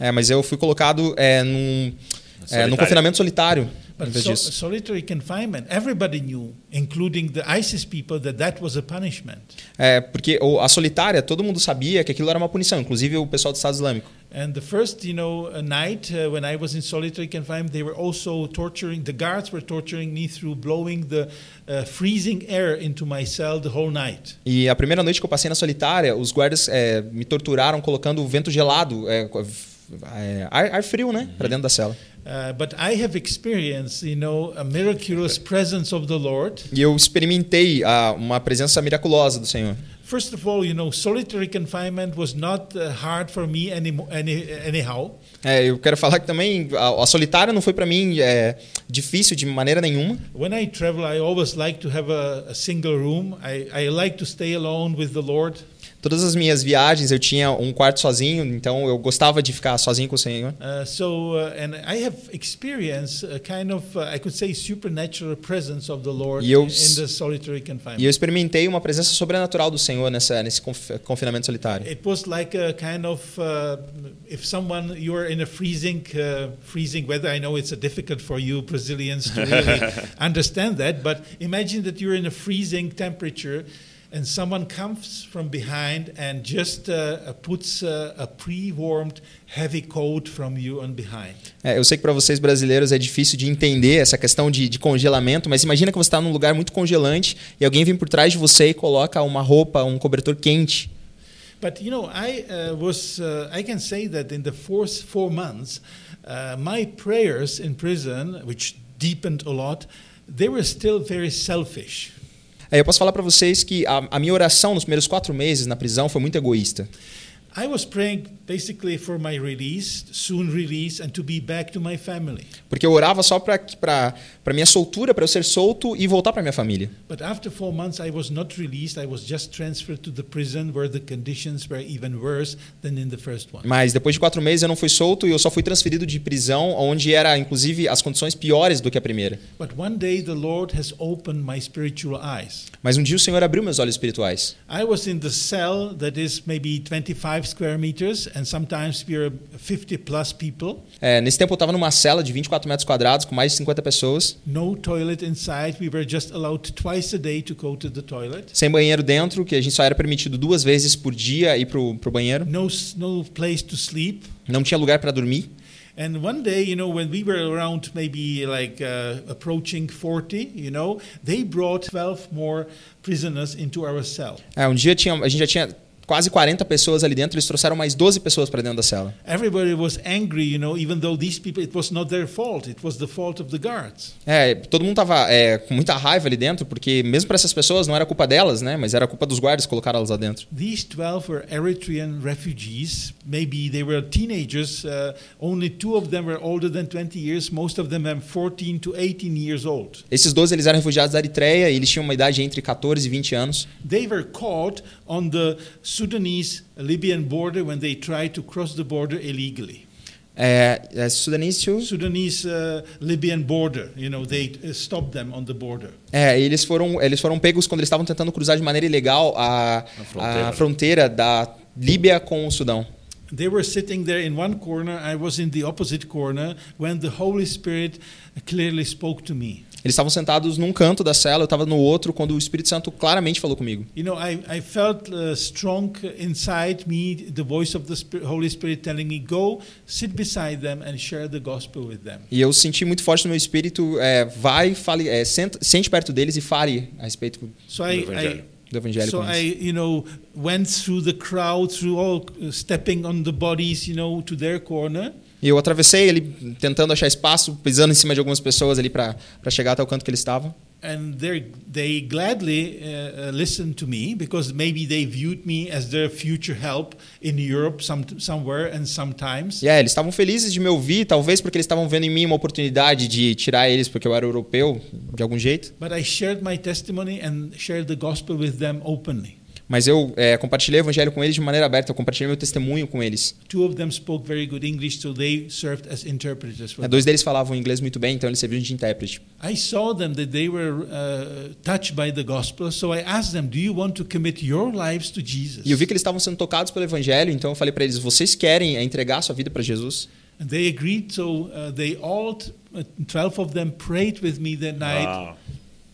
[SPEAKER 4] É, mas eu fui colocado é, num, é, num
[SPEAKER 2] Solitário.
[SPEAKER 4] confinamento solitário. Em
[SPEAKER 3] But
[SPEAKER 4] vez
[SPEAKER 3] so-
[SPEAKER 4] disso.
[SPEAKER 3] solitary confinement, everybody knew, including the ISIS people, that that was a punishment.
[SPEAKER 4] É, porque o- a solitária, todo mundo sabia que aquilo era uma punição, inclusive o pessoal do Estado Islâmico.
[SPEAKER 3] And the first, you know, uh, night uh, when I was in solitary confinement, they were also torturing. The guards were torturing me through blowing the uh, freezing air into my cell the whole night.
[SPEAKER 4] E a primeira noite que eu passei na solitária, os guardas é, me torturaram colocando o vento gelado, é, co- é, ar, ar frio, né? Pra dentro da cela.
[SPEAKER 3] Uh, but I have experienced, you know, a miraculous presence of the Lord.
[SPEAKER 4] E eu experimentei ah, uma presença miraculosa do Senhor.
[SPEAKER 3] First of all, you know, solitary confinement was not uh, hard for me any, any, anyhow.
[SPEAKER 4] É, eu quero falar que também a, a solitária não foi pra mim é, difícil de maneira nenhuma.
[SPEAKER 3] When I travel, I always like to have a, a single room. I, I like to stay alone with the Lord.
[SPEAKER 4] Todas as minhas viagens eu tinha um quarto sozinho, então eu gostava de ficar sozinho com o Senhor.
[SPEAKER 3] Uh, so, uh, and I have experienced a kind of, uh, I could say, supernatural presence of the Lord
[SPEAKER 4] E eu
[SPEAKER 3] in
[SPEAKER 4] s-
[SPEAKER 3] the solitary
[SPEAKER 4] E eu
[SPEAKER 3] confinement.
[SPEAKER 4] experimentei uma presença sobrenatural do Senhor nessa, nesse conf- confinamento solitário.
[SPEAKER 3] It was like a kind of, uh, if someone you are in a freezing, uh, freezing weather. I know it's a difficult for you Brazilians to really understand that, but imagine that you're in a freezing temperature. And someone comes from behind and just uh, puts uh, a pre-warmed heavy coat from you on behind.
[SPEAKER 4] É, eu sei que para vocês brasileiros é difícil de entender essa questão de, de congelamento, mas imagina que você está num lugar muito congelante e alguém vem por trás de você e coloca uma roupa, um cobertor quente.
[SPEAKER 3] But you know, I uh, was, uh, I can say that in the first four months, uh, my prayers in prison, which deepened a lot, they were still very selfish.
[SPEAKER 4] É, eu posso falar para vocês que a, a minha oração nos primeiros quatro meses na prisão foi muito egoísta.
[SPEAKER 3] I was praying basically for my release, soon release, and to be back to my family.
[SPEAKER 4] Porque eu orava só para minha soltura, para eu ser solto e voltar para minha família.
[SPEAKER 3] But after four months, I was not released. I was just transferred to the prison where the conditions were even worse than in the first one.
[SPEAKER 4] Mas depois de quatro meses eu não fui solto e eu só fui transferido de prisão, onde era inclusive as condições piores do que a primeira.
[SPEAKER 3] But one day, the Lord has opened my spiritual eyes.
[SPEAKER 4] Mas um dia o Senhor abriu meus olhos espirituais.
[SPEAKER 3] I was in the cell that is maybe 25 square meters, and sometimes we are 50 plus people.
[SPEAKER 4] É, nesse tempo eu estava numa cela de 24 metros quadrados com mais de 50 pessoas,
[SPEAKER 3] No toilet inside. We were just allowed twice a day to go to the toilet.
[SPEAKER 4] sem banheiro dentro, que a gente só era permitido duas vezes por dia ir pro, pro banheiro,
[SPEAKER 3] No, s- no place to sleep.
[SPEAKER 4] não tinha lugar para dormir.
[SPEAKER 3] And one day, you know, when we were around maybe like uh, approaching 40, you know, they brought 12 more prisoners into our cell.
[SPEAKER 4] É, um dia tinha, a gente já tinha quase 40 pessoas ali dentro, eles trouxeram mais 12 pessoas para dentro da cela.
[SPEAKER 3] Everybody was angry, you know, even though these people, it was not their fault, it was the fault of the guards.
[SPEAKER 4] É, todo mundo tava é, com muita raiva ali dentro, porque mesmo para essas pessoas não era culpa delas, né? Mas era culpa dos guardas que colocaram elas lá dentro.
[SPEAKER 3] These 12 were Eritrean refugees. Maybe they were teenagers. Uh, only two of them were older than 20 years. Most of them were 14 to 18 years old.
[SPEAKER 4] Esses 12 eles eram refugiados da Eritreia e eles tinham uma idade entre 14 e 20 anos.
[SPEAKER 3] They were caught on the Sudanese Libyan border when they tried to cross the border illegally.
[SPEAKER 4] É, é, sudanícios,
[SPEAKER 3] Sudanese uh, Libyan border, you know, they uh, stopped them on the border.
[SPEAKER 4] é, eles foram eles foram pegos quando eles estavam tentando cruzar de maneira ilegal a,
[SPEAKER 2] fronteira.
[SPEAKER 4] a fronteira da Líbia com o Sudão.
[SPEAKER 3] They were sitting there in one corner, I was in the opposite corner, when the Holy Spirit clearly spoke to me.
[SPEAKER 4] Eles estavam sentados num canto da cela, eu estava no outro, quando o Espírito Santo claramente falou comigo.
[SPEAKER 3] You know, I, I felt uh, strong inside me, the voice of the Spirit, Holy Spirit telling me, go sit beside them and share the gospel with them.
[SPEAKER 4] E eu senti muito forte no meu espírito, é, vai, fale, é, senta- sente perto deles e fale a respeito
[SPEAKER 3] So
[SPEAKER 2] Do
[SPEAKER 3] I,
[SPEAKER 2] Evangelho.
[SPEAKER 3] I
[SPEAKER 4] do evangelho.
[SPEAKER 3] so
[SPEAKER 4] com
[SPEAKER 3] I,
[SPEAKER 4] eles.
[SPEAKER 3] you know, went through the crowd, through all uh, stepping on the bodies, you know, to their corner.
[SPEAKER 4] E eu atravessei ele tentando achar espaço, pisando em cima de algumas pessoas ali para chegar até o canto que eles estavam.
[SPEAKER 3] And they they gladly uh, uh, listened to me because maybe they viewed me as their future help in Europe some, somewhere and sometimes.
[SPEAKER 4] E é, eles estavam felizes de me ouvir, talvez porque eles estavam vendo em mim uma oportunidade de tirar eles porque eu era europeu de algum jeito.
[SPEAKER 3] But I shared my testimony and shared the gospel with them openly.
[SPEAKER 4] Mas eu é, compartilhei o evangelho com eles de maneira aberta, eu compartilhei meu testemunho com eles.
[SPEAKER 3] Two of them spoke very good English, so they served as interpreters for
[SPEAKER 4] É,
[SPEAKER 3] them.
[SPEAKER 4] dois deles falavam inglês muito bem, então eles serviam de intérprete.
[SPEAKER 3] I saw them that they were uh, touched by the gospel, so I asked them, "Do you want to commit your lives to Jesus?"
[SPEAKER 4] E eu vi que eles estavam sendo tocados pelo evangelho, então eu falei para eles: vocês querem é, entregar sua vida para Jesus?
[SPEAKER 3] And they agreed, so uh, they all t- uh, twelve of them prayed with me that night.
[SPEAKER 2] Uau.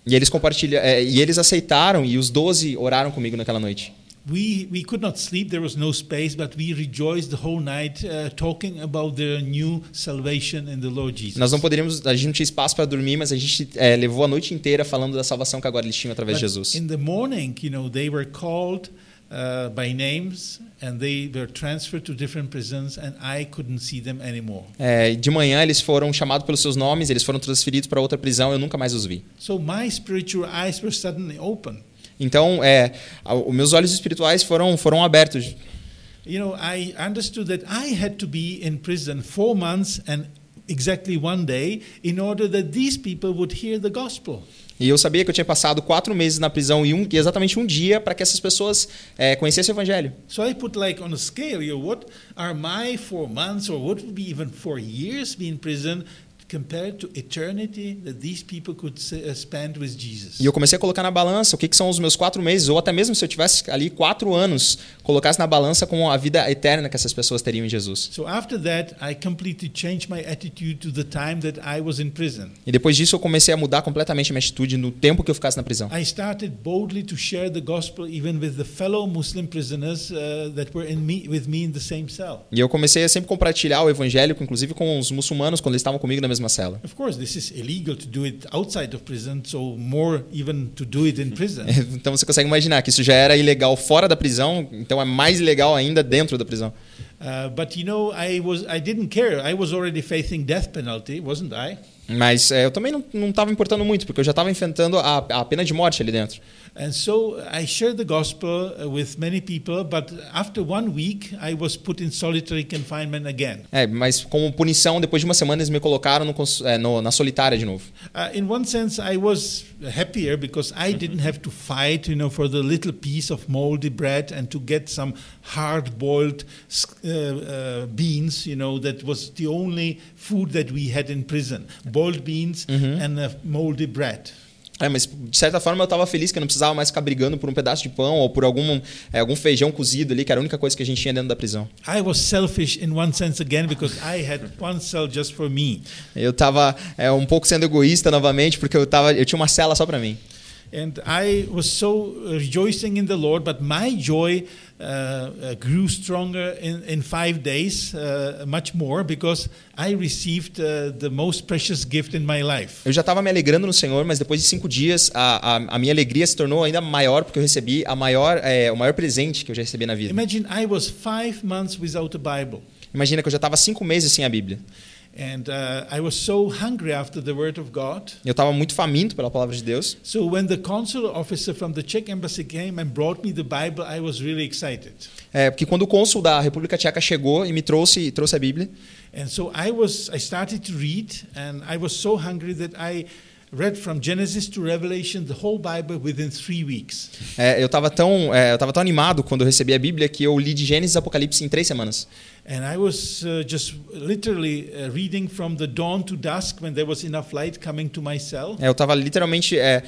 [SPEAKER 4] E eles compartilha, é, e eles aceitaram e os 12 oraram comigo naquela noite.
[SPEAKER 3] We, we could not sleep, there was no space, but we rejoiced the whole night uh, talking about their new salvation in the Lord Jesus.
[SPEAKER 4] Nós não poderíamos, a gente não tinha espaço para dormir, mas a gente é, levou a noite inteira falando da salvação que agora eles tinham através
[SPEAKER 3] But
[SPEAKER 4] de Jesus.
[SPEAKER 3] In the morning, you know, they were called uh, by names and they were transferred to different prisons, and I couldn't see them anymore.
[SPEAKER 4] É, de manhã eles foram chamados pelos seus nomes, eles foram transferidos para outra prisão, eu nunca mais os vi.
[SPEAKER 3] So my spiritual eyes were suddenly open.
[SPEAKER 4] Então, é, a- os meus olhos espirituais foram foram abertos.
[SPEAKER 3] You know, I understood that I had to be in prison four months and exactly one day in order that these people would hear the gospel.
[SPEAKER 4] E eu sabia que eu tinha passado quatro meses na prisão e, um, e exatamente um dia para que essas pessoas é, conhecessem o evangelho.
[SPEAKER 3] So I put like on a scale, you know, what are my four months or what would be even four years be in prison compared to eternity that these people could s- uh, spend with Jesus?
[SPEAKER 4] E eu comecei a colocar na balança o que, que são os meus quatro meses, ou até mesmo se eu tivesse ali quatro anos, colocasse na balança com a vida eterna que essas pessoas teriam em Jesus.
[SPEAKER 3] So after that, I completely changed my attitude to the time that I was in prison.
[SPEAKER 4] E depois disso eu comecei a mudar completamente a minha atitude no tempo que eu ficasse na prisão.
[SPEAKER 3] I started boldly to share the gospel even with the fellow Muslim prisoners uh, that were in me, with me in the same cell.
[SPEAKER 4] E eu comecei a sempre compartilhar o evangelho, inclusive com os muçulmanos, quando eles estavam comigo na mesma cela.
[SPEAKER 3] Of course, this is illegal to do it outside of prison, so more even to do it in prison.
[SPEAKER 4] Então você consegue imaginar que isso já era ilegal fora da prisão, então é mais ilegal ainda dentro da prisão.
[SPEAKER 3] Uh, but you know, I was I didn't care. I was already facing death penalty, wasn't I?
[SPEAKER 4] Mas é, eu também não- não estava importando muito, porque eu já estava enfrentando a, a pena de morte ali dentro.
[SPEAKER 3] And so I shared the gospel uh, with many people. But after one week, I was put in solitary confinement again.
[SPEAKER 4] É, mas como punição, depois de uma semana eles me colocaram no cons- é, no- na solitária de novo.
[SPEAKER 3] Uh, in one sense, I was happier because I didn't have to fight, you know, for the little piece of moldy bread and to get some hard-boiled s- uh, uh, beans. You know, that was the only food that we had in prison: boiled beans and uh, moldy bread.
[SPEAKER 4] É, mas de certa forma eu estava feliz que eu não precisava mais ficar brigando por um pedaço de pão ou por algum, é, algum feijão cozido ali, que era a única coisa que a gente tinha dentro da prisão.
[SPEAKER 3] I was selfish in one sense again because I had one cell just for me.
[SPEAKER 4] Eu estava é, um pouco sendo egoísta novamente, porque eu, tava, eu tinha uma cela só para mim.
[SPEAKER 3] And I was so rejoicing in the Lord, but my joy uh, uh, grew stronger in, in five days, uh, much more, because I received uh, the most precious gift in my life.
[SPEAKER 4] Eu já estava me alegrando no Senhor, mas depois de cinco dias, a, a, a minha alegria se tornou ainda maior, porque eu recebi a maior, é, o maior presente que eu já recebi na vida.
[SPEAKER 3] Imagine I was five months without a Bible,
[SPEAKER 4] Imagina que eu já estava cinco meses sem a Bíblia.
[SPEAKER 3] and uh, I was so hungry after the Word of God.
[SPEAKER 4] Eu estava muito faminto pela palavra de Deus.
[SPEAKER 3] So when the consular officer from the Czech embassy came and brought me the Bible, I was really excited.
[SPEAKER 4] É, porque quando o cônsul da República Tcheca chegou e me trouxe, trouxe a Bíblia,
[SPEAKER 3] And so I was I started to read and I was so hungry that I read from Genesis to Revelation the whole Bible within 3 weeks.
[SPEAKER 4] é, eu estava tão, é, eu tava tão animado quando eu recebi a Bíblia que eu li de Gênesis e Apocalipse em três semanas.
[SPEAKER 3] And I was uh, just literally uh, reading from the dawn to dusk when there was enough light coming to my cell.
[SPEAKER 4] É, eu estava literalmente é,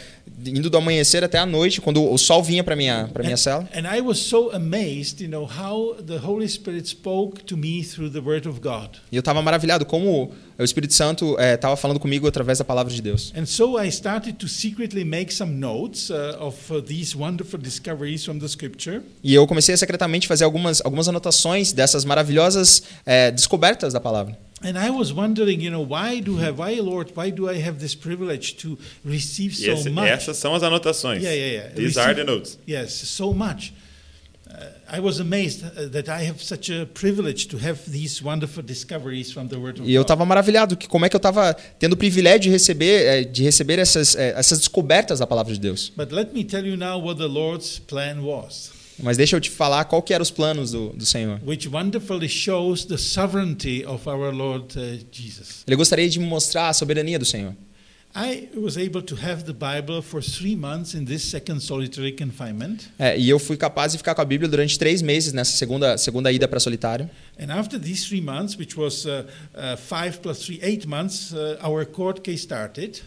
[SPEAKER 4] indo do amanhecer até a noite, quando o sol vinha para minha, pra minha cela.
[SPEAKER 3] And I was so amazed, you know, how the Holy Spirit spoke to me through the word of God.
[SPEAKER 4] E eu estava maravilhado como o Espírito Santo estava falando comigo através da palavra de Deus.
[SPEAKER 3] And so I started to secretly make some notes uh, of uh, these wonderful discoveries from the scripture.
[SPEAKER 4] E eu comecei a secretamente fazer algumas, algumas anotações dessas maravilhosas é, descobertas da palavra.
[SPEAKER 3] And I was wondering, you know, why do have why Lord, why do I have this privilege to receive
[SPEAKER 2] E
[SPEAKER 3] so
[SPEAKER 2] esse-
[SPEAKER 3] much?
[SPEAKER 2] essas são as anotações.
[SPEAKER 3] Yeah, yeah, yeah.
[SPEAKER 2] These
[SPEAKER 3] Receive-
[SPEAKER 2] are the notes.
[SPEAKER 3] Yes, so much. Uh, I was amazed uh, that I have such a privilege to have these wonderful discoveries from the Word of
[SPEAKER 4] E eu
[SPEAKER 3] God.
[SPEAKER 4] estava maravilhado que como é que eu estava tendo o privilégio de receber, é, de receber essas, é, essas descobertas da palavra de Deus.
[SPEAKER 3] But let me tell you now what the Lord's plan was,
[SPEAKER 4] Mas deixa eu te falar qual que eram os planos do, do Senhor.
[SPEAKER 3] which wonderfully shows the sovereignty of our Lord uh, Jesus.
[SPEAKER 4] Ele gostaria de me mostrar a soberania do Senhor.
[SPEAKER 3] I was able to have the Bible for three months in this second solitary confinement.
[SPEAKER 4] É, e eu fui capaz de ficar com a Bíblia durante três meses nessa segunda, segunda ida para solitário.
[SPEAKER 3] And after these three months, which was uh, uh, five plus three, eight months, uh, our court case started.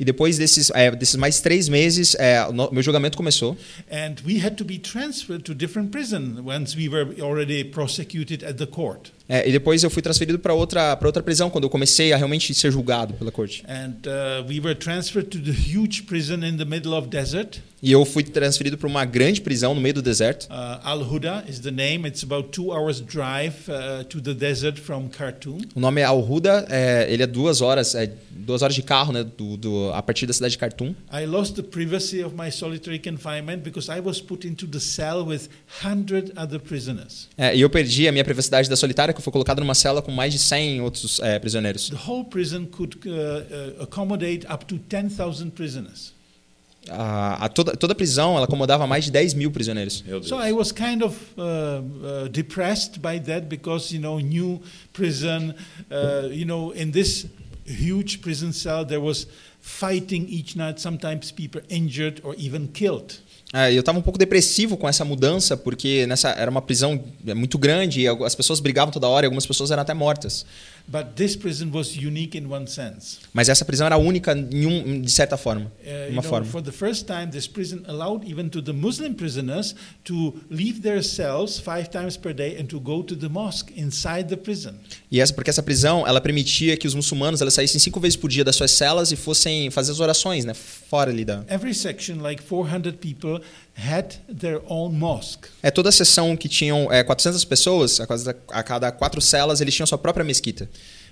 [SPEAKER 4] E depois desses, é, desses mais três meses, é, o no- meu julgamento começou.
[SPEAKER 3] And we had to be transferred to different prison once we were already prosecuted at the court.
[SPEAKER 4] É, e depois eu fui transferido para outra, pra outra prisão, quando eu comecei a realmente ser julgado pela corte.
[SPEAKER 3] And uh, we were transferred to the huge prison in the middle of desert.
[SPEAKER 4] E eu fui transferido para uma grande prisão no meio do deserto.
[SPEAKER 3] Uh, Al Huda is the name. It's about two hours drive uh, to the desert from Khartoum.
[SPEAKER 4] O nome é Al-Huda, é, ele é duas horas, é, duas horas de carro, né, do, do, a partir da cidade de Khartoum.
[SPEAKER 3] I lost the privacy of my solitary confinement because I was put into the cell with 100 other prisoners.
[SPEAKER 4] É, e eu perdi a minha privacidade da solitária, que eu fui colocado numa cela com mais de 100 outros é, prisioneiros.
[SPEAKER 3] The whole prison could uh, uh, accommodate up to 10,000 prisoners.
[SPEAKER 4] A, a toda, toda a prisão, ela acomodava mais de 10 mil prisioneiros.
[SPEAKER 2] Meu Deus.
[SPEAKER 3] So I was kind of uh, uh, depressed by that because, you know, new prison, uh, you know, in this huge prison cell, there was fighting each night, sometimes people injured or even killed.
[SPEAKER 4] É, e eu estava um pouco depressivo com essa mudança, porque nessa era uma prisão é, muito grande, e algu- as pessoas brigavam toda hora, e algumas pessoas eram até mortas.
[SPEAKER 3] But this prison was unique in one sense.
[SPEAKER 4] Mas essa prisão era única em um- de certa forma,
[SPEAKER 3] Uh,
[SPEAKER 4] de
[SPEAKER 3] you know,
[SPEAKER 4] uma forma.
[SPEAKER 3] for the first time, this prison allowed even to the Muslim prisoners to leave their cells five times per day and to go to the mosque inside the prison.
[SPEAKER 4] E essa porque essa prisão, ela permitia que os muçulmanos elas saíssem cinco vezes por dia das suas celas e fossem fazer as orações, né, fora ali da.
[SPEAKER 3] Every section, like 400 people, had their own mosque.
[SPEAKER 4] É toda a sessão que tinham é, 400 pessoas, a cada, a cada quatro celas eles tinham sua própria mesquita.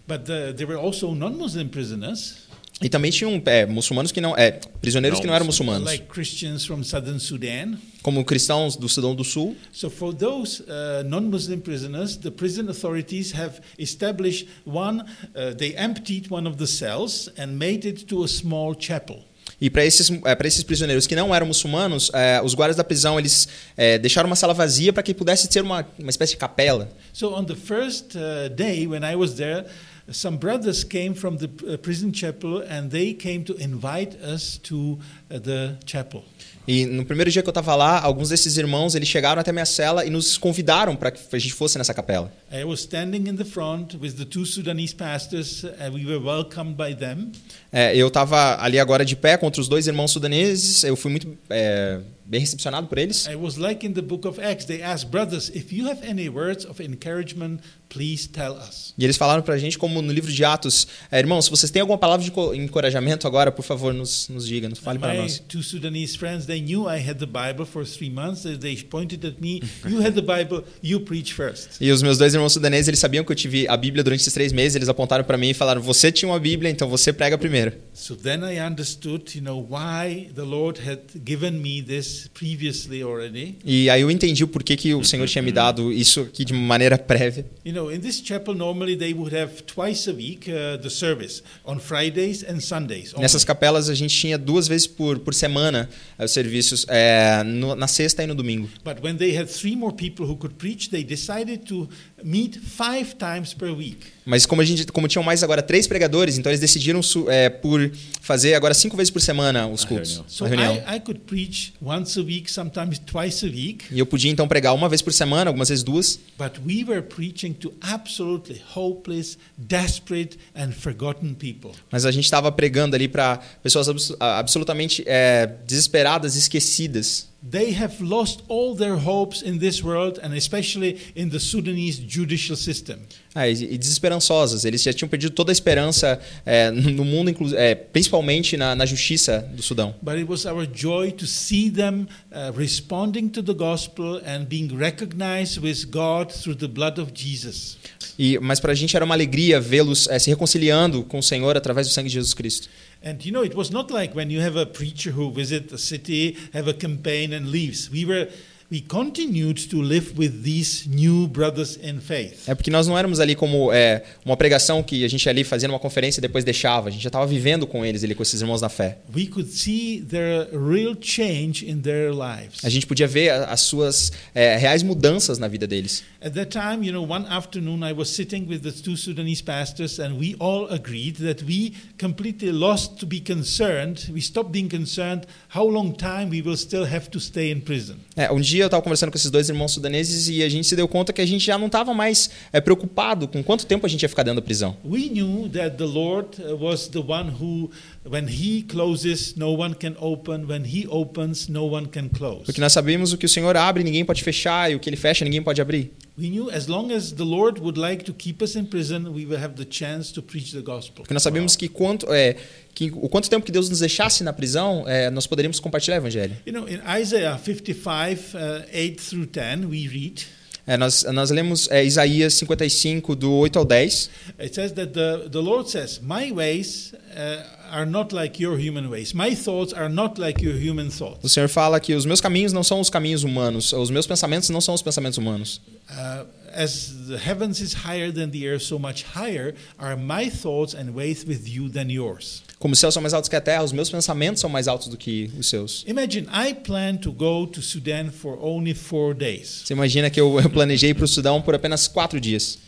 [SPEAKER 3] But uh, there were also non Muslim prisoners,
[SPEAKER 4] E também tinham é, muçulmanos que não, é, prisioneiros
[SPEAKER 2] Não
[SPEAKER 4] que não eram
[SPEAKER 2] muçulmanos.
[SPEAKER 4] muçulmanos,
[SPEAKER 3] like Christians from southern Sudan.
[SPEAKER 4] como cristãos do Sudão do Sul.
[SPEAKER 3] So, for those uh, non Muslim prisoners, the prison authorities have established one, uh, they emptied one of the cells and made it to a small chapel.
[SPEAKER 4] E para esses, é, pra esses prisioneiros que não eram muçulmanos, é, os guardas da prisão eles é, deixaram uma sala vazia para que pudesse ser uma, uma espécie de capela.
[SPEAKER 3] So, on the first uh, day when I was there, some brothers came from the uh, prison chapel and they came to invite us to uh, the chapel.
[SPEAKER 4] E no primeiro dia que eu estava lá, alguns desses irmãos eles chegaram até minha cela e nos convidaram para que a gente fosse nessa capela.
[SPEAKER 3] I was standing in the front with the two Sudanese pastors, and we were welcomed by them.
[SPEAKER 4] É, eu estava ali agora de pé contra os dois irmãos sudaneses. Eu fui muito é, bem recepcionado por eles.
[SPEAKER 3] It was like in the book of Acts. They asked, Brothers, if you have any words of encouragement, please tell us.
[SPEAKER 4] E eles falaram pra gente, como no livro de Atos, "É, irmão, se vocês têm alguma palavra de co- encorajamento agora, por favor, nos, nos diga, nos fale pra
[SPEAKER 3] My
[SPEAKER 4] nós.
[SPEAKER 3] two Sudanese friends, they knew I had the Bible for three months. They- They pointed at me, You had the Bible, you preach first.
[SPEAKER 4] E os meus dois irmãos sudaneses, eles sabiam que eu tive a Bíblia durante esses três meses, eles apontaram pra mim e falaram, você tinha uma Bíblia, então você prega primeiro.
[SPEAKER 3] So then I understood, you know, why the Lord had given me this previously already.
[SPEAKER 4] E aí eu entendi o porquê que o Senhor tinha me dado isso aqui de maneira prévia.
[SPEAKER 3] You know, in this chapel, normally they would have twice a week uh, the service on Fridays and Sundays. only.
[SPEAKER 4] Nessas capelas a gente tinha duas vezes por, por semana eh, os serviços, eh, no- na sexta e no domingo.
[SPEAKER 3] But when they had three more people who could preach, they decided to meet five times per week.
[SPEAKER 4] Mas como, a gente, como tinham mais agora três pregadores, então eles decidiram su- eh, por fazer agora cinco vezes por semana os cultos,
[SPEAKER 2] reunião.
[SPEAKER 3] So
[SPEAKER 4] a reunião.
[SPEAKER 3] I, I could preach once a week, sometimes twice a week,
[SPEAKER 4] E eu podia então pregar uma vez por semana, algumas vezes duas.
[SPEAKER 3] but we were preaching to absolutely hopeless, desperate, and forgotten people.
[SPEAKER 4] Mas a gente estava pregando ali para pessoas abs- a- absolutamente eh, desesperadas, esquecidas.
[SPEAKER 3] They have lost all their hopes in this world and especially in the Sudanese judicial system.
[SPEAKER 4] Ah, e e desesperançosas. Eles já tinham perdido toda a esperança eh, no mundo, inclu- eh, principalmente na, na justiça do Sudão.
[SPEAKER 3] But it was our joy to see them uh, responding to the gospel and being recognized with God through the blood of Jesus.
[SPEAKER 4] E, mas para a gente era uma alegria vê-los eh, se reconciliando com o Senhor através do sangue de Jesus Cristo.
[SPEAKER 3] And you know, it was not like when you have a preacher who visits a city, have a campaign, and leaves. We were, we continued to live with these new brothers in faith.
[SPEAKER 4] É porque nós não éramos ali como eh, uma pregação que a gente ia ali fazendo uma conferência e depois deixava. A gente já estava vivendo com eles, ali com esses irmãos na fé.
[SPEAKER 3] We could see their real change in their lives.
[SPEAKER 4] A gente podia ver a- as suas eh, reais mudanças na vida deles.
[SPEAKER 3] At that time, you know, one afternoon I was sitting with the two Sudanese pastors, and we all agreed that we completely lost to be concerned. We stopped being concerned how long time we will still have to stay in prison.
[SPEAKER 4] É, um dia eu estava conversando com esses dois irmãos sudaneses e a gente se deu conta que a gente já não estava mais eh, preocupado com quanto tempo a gente ia ficar dentro da prisão.
[SPEAKER 3] We knew that the Lord uh, was the one who, when He closes, no one can open. When He opens, no one can close.
[SPEAKER 4] Porque nós sabíamos o que o Senhor abre, ninguém pode fechar, e o que ele fecha, ninguém pode abrir.
[SPEAKER 3] We knew as long as the Lord would like to keep us in prison, we will have the chance to preach the gospel.
[SPEAKER 4] Porque nós sabíamos que, quanto, é, que o quanto tempo que Deus nos deixasse na prisão, é, nós poderíamos compartilhar o evangelho.
[SPEAKER 3] You know, in Isaiah 55, uh, 8 through 10, we read.
[SPEAKER 4] É, nós, nós lemos é, Isaías 55, do 8 ao 10.
[SPEAKER 3] It says that the, the Lord says, My ways uh, are not like your human ways. My thoughts are not like your human
[SPEAKER 4] O
[SPEAKER 3] thoughts.
[SPEAKER 4] Senhor fala que os meus caminhos não são os caminhos humanos, os meus pensamentos não são os pensamentos humanos.
[SPEAKER 3] Uh, as the heavens is higher than the earth, so much higher are my thoughts and ways with you than yours.
[SPEAKER 4] Como os céus são mais altos que a terra, os meus pensamentos são mais altos do que os seus.
[SPEAKER 3] Imagine I plan to go to Sudan for only four days,
[SPEAKER 4] Você imagina que eu, eu planejei para o Sudão por apenas quatro dias.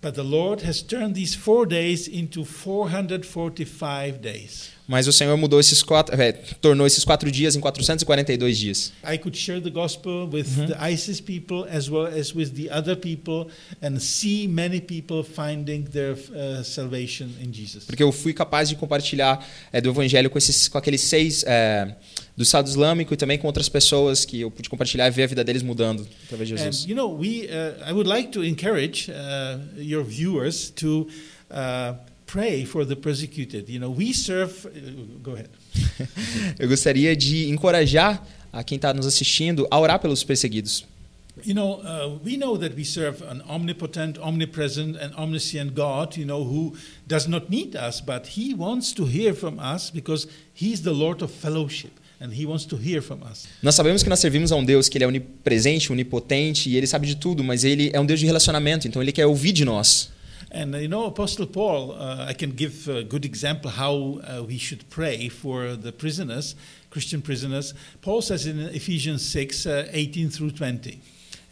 [SPEAKER 3] but the Lord has turned these four days into 445 days.
[SPEAKER 4] Mas o Senhor mudou esses quatro, é, tornou esses quatro dias em 442 dias.
[SPEAKER 3] I could share the gospel with the ISIS people as well as with the other people and see many people finding their uh, salvation in Jesus.
[SPEAKER 4] Porque eu fui capaz de compartilhar é, do evangelho com, esses, com aqueles seis é, do Estado Islâmico e também com outras pessoas que eu pude compartilhar e ver a vida deles mudando através de
[SPEAKER 3] And
[SPEAKER 4] Jesus.
[SPEAKER 3] you know, we uh, I would like to encourage uh, your viewers to uh, pray for the persecuted. You know, we serve. Uh, go ahead.
[SPEAKER 4] Eu gostaria de encorajar a quem está nos assistindo a orar pelos perseguidos.
[SPEAKER 3] You know, uh, we know that we serve an omnipotent, omnipresent, and omniscient God, you know, who does not need us, but He wants to hear from us because He's the Lord of fellowship and He wants to hear from us.
[SPEAKER 4] Nós sabemos que nós servimos a um Deus que ele é onipresente, onipotente e ele sabe de tudo, mas ele é um Deus de relacionamento, então ele quer ouvir de nós.
[SPEAKER 3] And, uh, you know, Apostle Paul, uh, I can give a good example how uh, we should pray for the prisoners, Christian prisoners. Paul says in Ephesians 6 uh, 18 through 20.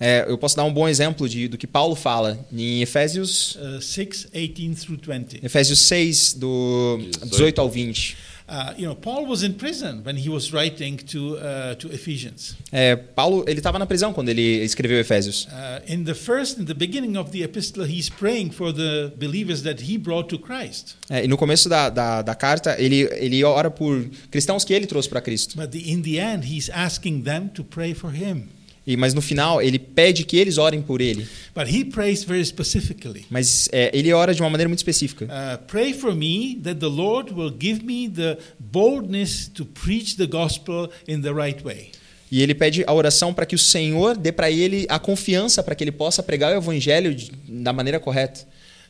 [SPEAKER 4] É, eu posso dar um bom exemplo de, do que Paulo fala em Efésios,
[SPEAKER 3] Uh, 6 18 through 20.
[SPEAKER 4] Efésios 6, do 18 ao 20.
[SPEAKER 3] Uh, Uh, you know, Paul was in prison when he was writing to uh, to Ephesians.
[SPEAKER 4] É, Paulo, ele estava na prisão quando ele escreveu Efésios.
[SPEAKER 3] Uh, in the first, in the beginning of the epistle, he's praying for the believers that he brought to Christ.
[SPEAKER 4] É, e no começo da, da, da carta, ele, ele ora por cristãos que ele trouxe para Cristo.
[SPEAKER 3] But the, in the end, he's asking them to pray for him.
[SPEAKER 4] E, mas no final, ele pede que eles orem por ele.
[SPEAKER 3] But he prays very specifically.
[SPEAKER 4] Mas é, ele ora de uma maneira muito específica.
[SPEAKER 3] Uh, pray for me that the Lord will give me the boldness to preach the gospel in the right way.
[SPEAKER 4] E ele pede a oração para que o Senhor dê para ele a confiança para que ele possa pregar o evangelho de- da maneira correta.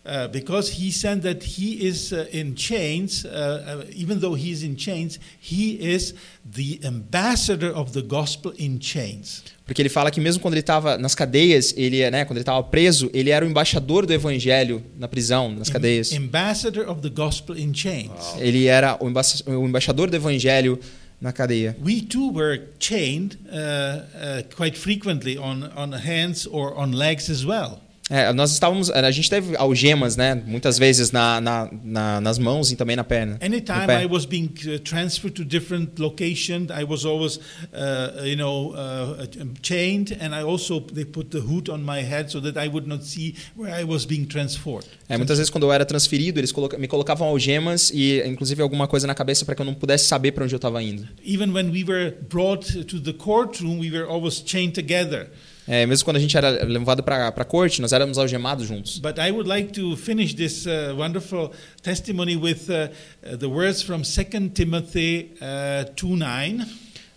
[SPEAKER 3] Uh, because he said that he is uh, in chains, uh, uh, even though he is in chains, he is the ambassador of the gospel in chains.
[SPEAKER 4] Porque ele fala que mesmo quando ele estava nas cadeias, ele, né, quando ele estava preso, ele era o embaixador do evangelho na prisão, nas cadeias.
[SPEAKER 3] Ambassador of the gospel in chains.
[SPEAKER 4] Ele era o, emba o embaixador do evangelho na cadeia.
[SPEAKER 3] We too were chained uh, uh, quite frequently on, on hands or on legs as well.
[SPEAKER 4] É, nós estávamos, a gente teve algemas, né, muitas vezes na, na, na- nas mãos e também na perna. no
[SPEAKER 3] Anytime
[SPEAKER 4] pé.
[SPEAKER 3] I was being uh, transferred to different locations, I was always, uh, you know, uh, chained, and I also they put the hood on my head so that I would not see where I was being transferred.
[SPEAKER 4] É, muitas vezes quando eu era transferido, eles coloca- me colocavam algemas e inclusive alguma coisa na cabeça para que eu não pudesse saber para onde eu estava indo.
[SPEAKER 3] Even when we were brought to the courtroom, we were always chained together.
[SPEAKER 4] É, mesmo quando a gente era levado para a corte, nós éramos algemados juntos.
[SPEAKER 3] But I would like to finish this uh, wonderful testimony with uh, uh, the words from 2 Timothy uh, 2 9.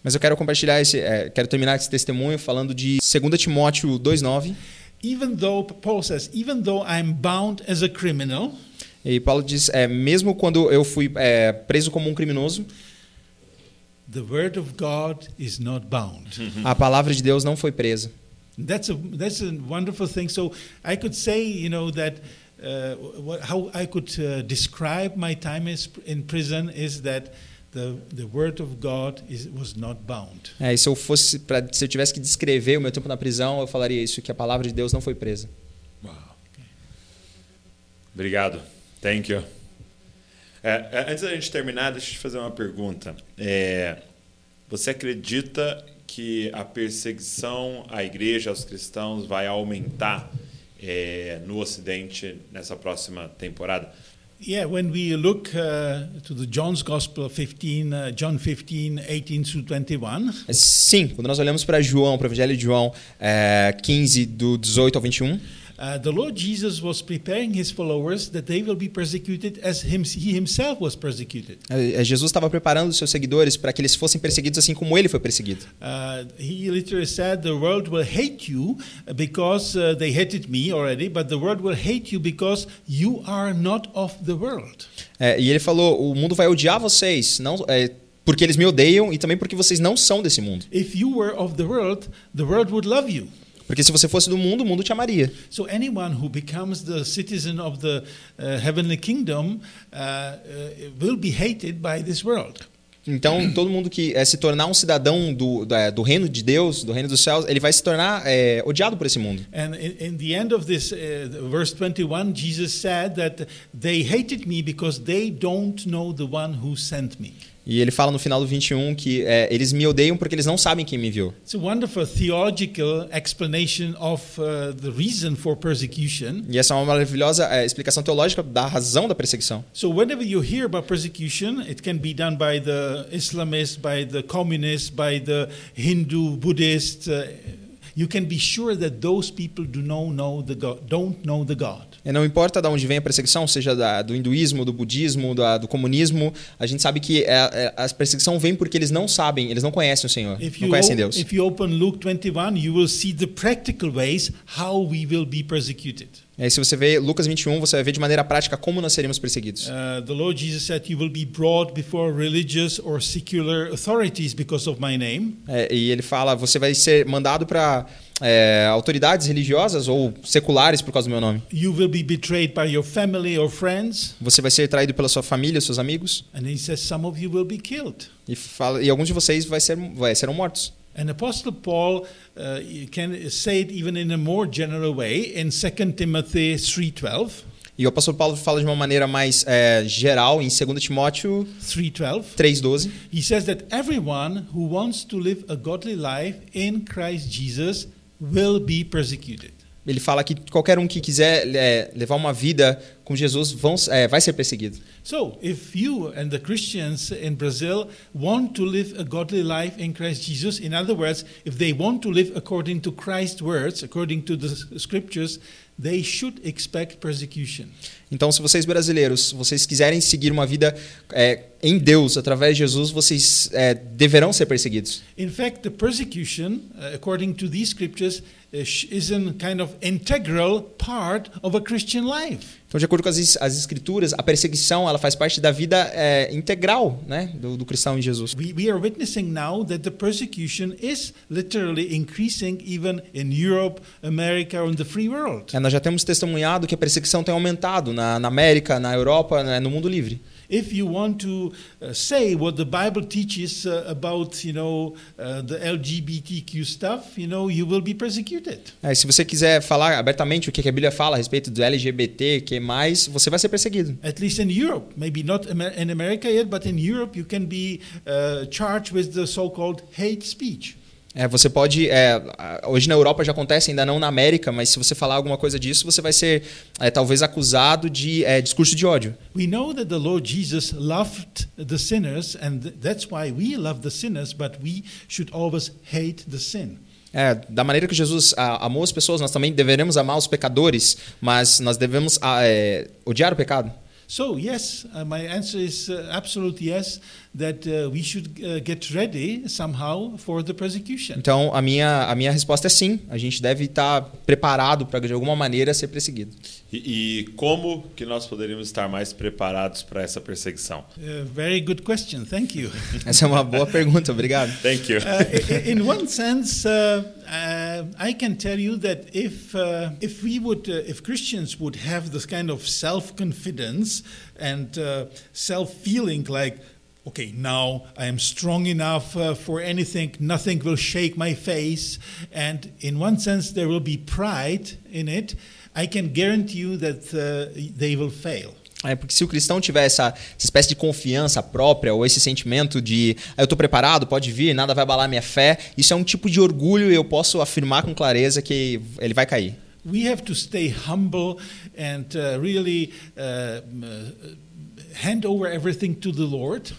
[SPEAKER 4] Mas eu quero compartilhar esse, é, quero terminar esse testemunho falando de 2 Timóteo 2:9.
[SPEAKER 3] Even though, Paul says, even though I'm bound as a criminal,
[SPEAKER 4] E Paulo diz, é, mesmo quando eu fui é, preso como um criminoso,
[SPEAKER 3] the word of God is not bound.
[SPEAKER 4] a palavra de Deus não foi presa.
[SPEAKER 3] that's, a, that's a wonderful thing. So I could say, you know, that uh, what, how I could uh, describe my time is in prison is that the, the word of God is, was not bound.
[SPEAKER 4] É, e se eu fosse pra, se eu tivesse que descrever o meu tempo na prisão, eu falaria isso que a palavra de Deus não foi presa.
[SPEAKER 2] Obrigado. Thank you. É, é, antes da gente terminar, deixa eu te fazer uma pergunta. É, você acredita que a perseguição à igreja, aos cristãos, vai aumentar é, no Ocidente nessa próxima temporada?
[SPEAKER 3] Yeah, when we look uh, to the John's Gospel 15, uh, John 15, 18 through 21,
[SPEAKER 4] É, Sim, quando nós olhamos para João, para o Evangelho de João é, 15 do 18 ao 21,
[SPEAKER 3] uh, the Lord Jesus was preparing his followers that they will be persecuted as him, he himself was persecuted.
[SPEAKER 4] é, é, Jesus estava preparando os seus seguidores para que eles fossem perseguidos assim como ele foi perseguido.
[SPEAKER 3] Uh, he literally said, The world will hate you because uh, they hated me already, but the world will hate you because you are not of the world.
[SPEAKER 4] É, e ele falou: o mundo vai odiar vocês, não é, porque eles me odeiam e também porque vocês não são desse mundo.
[SPEAKER 3] If you were of the world, the world would love you.
[SPEAKER 4] Porque se você fosse do mundo, o mundo te amaria.
[SPEAKER 3] So anyone who becomes the citizen of the uh, heavenly kingdom uh, uh, will be hated by this world.
[SPEAKER 4] Então, todo mundo que é, se tornar um cidadão do, da- do reino de Deus, do reino dos céus, ele vai se tornar é, odiado por esse mundo.
[SPEAKER 3] And in, in the end of this, uh, verse 21, Jesus said that they hated me because they don't know the one who sent me.
[SPEAKER 4] E ele fala no final do 21 que é, eles me odeiam porque eles não sabem quem me enviou.
[SPEAKER 3] It's a wonderful theological explanation of uh, the reason for persecution.
[SPEAKER 4] E essa é uma maravilhosa é, explicação teológica da razão da persecução.
[SPEAKER 3] So, whenever you hear about persecution, it can be done by the Islamists, by the communists, by the Hindu, Buddhist. Uh, you can be sure that those people do not know the God, don't know the God.
[SPEAKER 4] E É, não importa de onde vem a persecução, seja da- do hinduísmo, do budismo, da- do comunismo, a gente sabe que é, é, a persecução vem porque eles não sabem, eles não conhecem o Senhor,
[SPEAKER 3] If
[SPEAKER 4] não
[SPEAKER 3] you,
[SPEAKER 4] conhecem
[SPEAKER 3] op-
[SPEAKER 4] Deus.
[SPEAKER 3] if you open Luke 21, you will see the practical ways how we will be persecuted.
[SPEAKER 4] E aí, É, se você vê Lucas 21, você vai ver de maneira prática como nós seremos perseguidos.
[SPEAKER 3] Uh, the Lord Jesus said, You will be brought before religious or secular authorities because of my name.
[SPEAKER 4] É, e ele fala: você vai ser mandado para é, autoridades religiosas ou seculares por causa do meu nome.
[SPEAKER 3] You will be betrayed by your family or friends.
[SPEAKER 4] Você vai ser traído pela sua família, seus amigos,
[SPEAKER 3] And he says, Some of you will be killed.
[SPEAKER 4] e, fala, e alguns de vocês vai ser, vai, serão mortos.
[SPEAKER 3] And Apostle Paul uh, you can say it even in a more general way in 2 Timothy 3:12.
[SPEAKER 4] E o apóstolo Paulo fala de uma maneira mais é, geral em 2 Timóteo
[SPEAKER 3] 3:12.
[SPEAKER 4] 3,12.
[SPEAKER 3] He says that everyone who wants to live a godly life in Christ Jesus will be persecuted.
[SPEAKER 4] Ele fala que qualquer um que quiser é, levar uma vida com Jesus vão, é, vai ser perseguido.
[SPEAKER 3] So, if you and the Christians in Brazil want to live a godly life in Christ Jesus, in other words, if they want to live according to Christ's words, according to the s- scriptures, they should expect persecution.
[SPEAKER 4] Então, se vocês brasileiros, vocês quiserem seguir uma vida é, em Deus, através de Jesus, vocês é, deverão ser perseguidos.
[SPEAKER 3] In fact, the persecution, uh, according to these scriptures, uh, sh- is a kind of integral part of a Christian life.
[SPEAKER 4] Então, de acordo com as, es- as escrituras, a persecução ela faz parte da vida é, integral né, do, do cristão em Jesus.
[SPEAKER 3] We, we are witnessing now that the persecution is literally increasing even in Europe, America, and the free world.
[SPEAKER 4] É, nós já temos testemunhado que a persecução tem aumentado na, na América, na Europa, né, no mundo livre.
[SPEAKER 3] If you want to uh, say what the Bible teaches uh, about, you know, uh, the LGBTQ stuff, you know, you will be persecuted.
[SPEAKER 4] É, se você quiser falar abertamente o que que a Bíblia fala a respeito do LGBT, que mais, você vai ser perseguido.
[SPEAKER 3] At least in Europe, maybe not Amer- in America yet, but in Europe, you can be uh, charged with the so-called hate speech.
[SPEAKER 4] É, você pode. é, a- hoje na Europa já acontece, ainda não na América, mas se você falar alguma coisa disso, você vai ser é, talvez acusado de é, discurso de ódio.
[SPEAKER 3] We know that the Lord Jesus loved the sinners, and th- that's why we love the sinners. But we should always hate the sin.
[SPEAKER 4] É, da maneira que Jesus a- amou as pessoas, nós também deveremos amar os pecadores, mas nós devemos ah, é, odiar o pecado.
[SPEAKER 3] So, yes, uh, my answer is uh, absolute yes, that uh, we should uh, get ready somehow for the persecution.
[SPEAKER 4] Então, a minha, a minha resposta é sim. A gente deve estar preparado para, de alguma maneira, ser perseguido.
[SPEAKER 2] E, e como que nós poderíamos estar mais preparados para essa perseguição?
[SPEAKER 3] Uh, very good question. Thank you.
[SPEAKER 4] Essa é uma boa pergunta, obrigado.
[SPEAKER 2] Thank you.
[SPEAKER 3] Uh, i- i- in one sense, uh, uh, I can tell you that if uh, if we would, uh, if Christians would have this kind of self-confidence and uh, self-feeling, like, okay, now I am strong enough uh, for anything. Nothing will shake my face. And in one sense, there will be pride in it. I can guarantee you that uh, they will fail.
[SPEAKER 4] É, porque se o cristão tiver essa, essa espécie de confiança própria ou esse sentimento de "Ah, eu estou preparado, pode vir, nada vai abalar minha fé, isso é um tipo de orgulho e eu posso afirmar com clareza que ele vai cair.
[SPEAKER 3] We have to stay humble and uh, really uh, m- uh, hand over everything to the Lord.